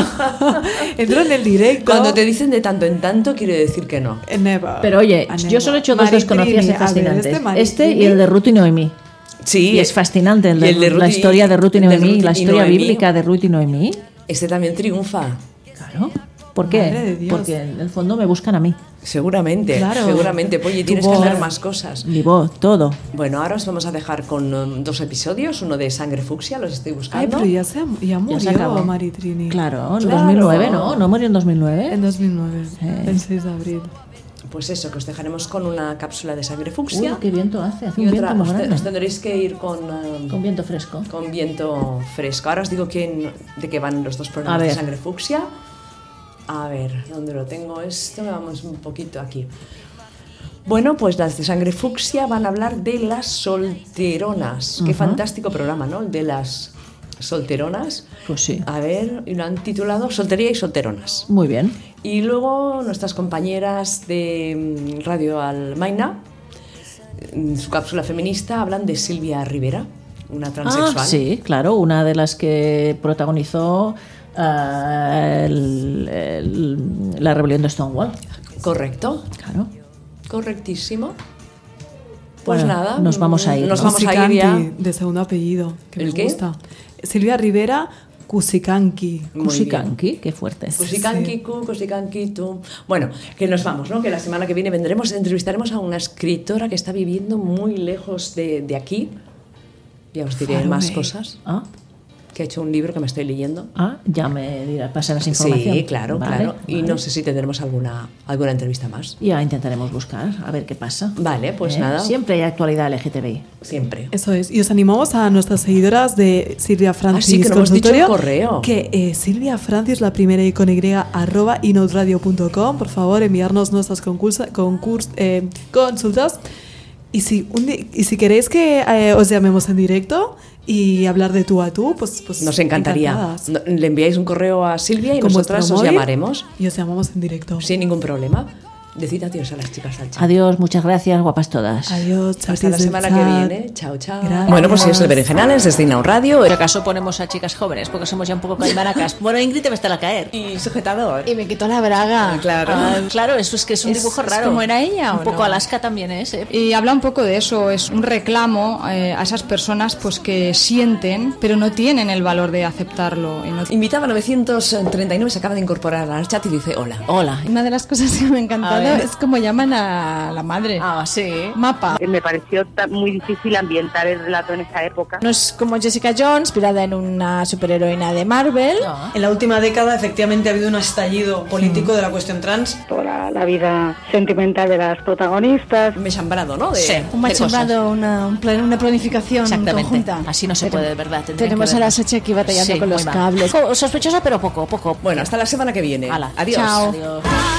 Entró en el directo.
Cuando te dicen de tanto en tanto, quiere decir que no.
Eh, never.
Pero oye,
Ah,
yo
never.
solo he hecho dos
Maritrini,
desconocidas y
a ver,
fascinantes. Este,
Maritrini.
y el de Ruth y Noemí.
Sí,
Y es fascinante el de-
el de
la
Ruth y-
historia de Ruth y
el de
Noemí,
Ruth
la
y
historia
Noemí.
bíblica de Ruth y Noemí.
Este también triunfa.
Claro. ¿Por
Madre de
qué?
Dios.
Porque en el fondo me buscan a mí.
Seguramente,
Claro.
seguramente. Pues, Oye,
Tu
tienes que
voz.
hacer más cosas.
Mi voz, todo.
Bueno, ahora os vamos a dejar con um, dos episodios. Uno de Sangre Fucsia, los estoy buscando.
Ay, pero Ah, ya, se, ha- ya
Ya
murió
se acabó.
Maritrini.
Claro, en
Claro.
2009, ¿no? ¿No murió en
En
2009?
2009, el 6 de abril.
Pues eso, que os dejaremos con una cápsula de Sangre
Uy,
Fucsia.
qué viento hace. Hace
Y
un viento
otra,
muy
os, te- os
grande.
tendréis que ir con, um,
Con viento fresco.
con viento fresco. Ahora os digo quién, de qué van los dos
A
programas
ver.
de sangre fucsia. A ver, ¿dónde lo tengo esto? Vamos un poquito aquí. Bueno, pues las de sangre fucsia van a hablar de las solteronas. Qué fantástico programa, ¿no? El De las solteronas.
Pues sí.
A ver, y lo han titulado Soltería y solteronas.
Muy bien.
Y luego nuestras compañeras de mm, Radio Almaina, en su cápsula feminista, hablan de Silvia Rivera, una transexual.
Ah, sí, claro, una de las que protagonizó eh, el- el- la rebelión de Stonewall.
Correcto,
Claro.
correctísimo. Pues
Bueno,
nada.
nos vamos a ir,
Nos
¿no?
vamos a ir ya.
Cusicanqui, de segundo apellido, que
¿El
me
qué?
gusta. Silvia Rivera Cusicanqui.
Muy
Kusikanki, qué fuerte.
Kusikanki ku, kusikanki tu. Bueno, que nos vamos, ¿no? Que la semana que viene vendremos, entrevistaremos a una escritora que está viviendo muy lejos de, de aquí. Ya os diré
Far
más
away.
cosas.
Ah,
Que ha hecho un libro que me estoy leyendo.
ah, ya me dirá, pasarás información.
Sí, claro,
Vale,
claro. Y
vale.
no sé si tendremos alguna, alguna entrevista más.
Ya intentaremos buscar, a ver qué pasa.
Vale, pues
Eh,
nada.
Siempre hay actualidad LGTBI.
Siempre.
Eso es. Y os animamos a nuestras seguidoras de Silvia Francis
Ah, sí, que no hemos dicho el
Consultorio,
correo.
Que eh, Silvia Francis, la primera y con Y, arroba inoutradio.com. Por favor, enviarnos nuestras concursa- concurs- eh, consultas. Y si, un di- y si queréis que eh, os llamemos en directo y hablar de tú a tú, pues... pues
Nos encantaría.
encantadas.
No- Le enviáis un correo a Silvia y
Con vuestro
nosotras os
móvil
llamaremos
Y os llamamos en directo.
sin ningún problema. Decid adiós a las chicas al chat.
Adiós, muchas gracias, guapas todas.
Adiós,
Hasta
chatis
la
del
semana que
chat.
viene. Chao, chao.
Gracias.
Bueno, pues es el Berenjenales desde Inau Radio.
¿Por acaso ponemos a chicas jóvenes? Porque somos ya un poco caimaracas. Bueno, Ingrid te va a estar a caer.
Y sujetador.
Y me quitó la braga.
Claro.
Ah, claro, eso es que es un
Es-
dibujo
es
raro.
como era ella,
Un
¿o
poco
no?
Alaska también es. ¿eh?
Y habla un poco de eso, es un reclamo eh, a esas personas pues que sienten, pero no tienen el valor de aceptarlo. y no-
Invitaba 939, se acaba de incorporar al chat y dice hola.
Hola.
Una de las cosas que me ha
A
encantado
ver.
es como llaman a la madre.
Ah, sí.
Mapa.
Me pareció ta- muy difícil ambientar el relato en esa época.
No es como Jessica Jones, inspirada en una superheroína de Marvel.
En la última década, efectivamente, ha habido un estallido político de la cuestión trans.
La, vida sentimental de las protagonistas.
Me he chambrado, ¿no? De-
Sí.
Un
Qué cosas.
machembrado, una, un plan- una planificación
Exactamente.
conjunta.
Así no se
Pero
puede, de verdad. Tendrían
Tenemos
que
a la
vernos.
Sachi aquí batallando
Sí,
con
muy
los
mal.
cables.
Co- Sospechosa, pero poco, poco.
Bueno, hasta la semana que viene.
Hala.
Adiós.
Chao.
Adiós.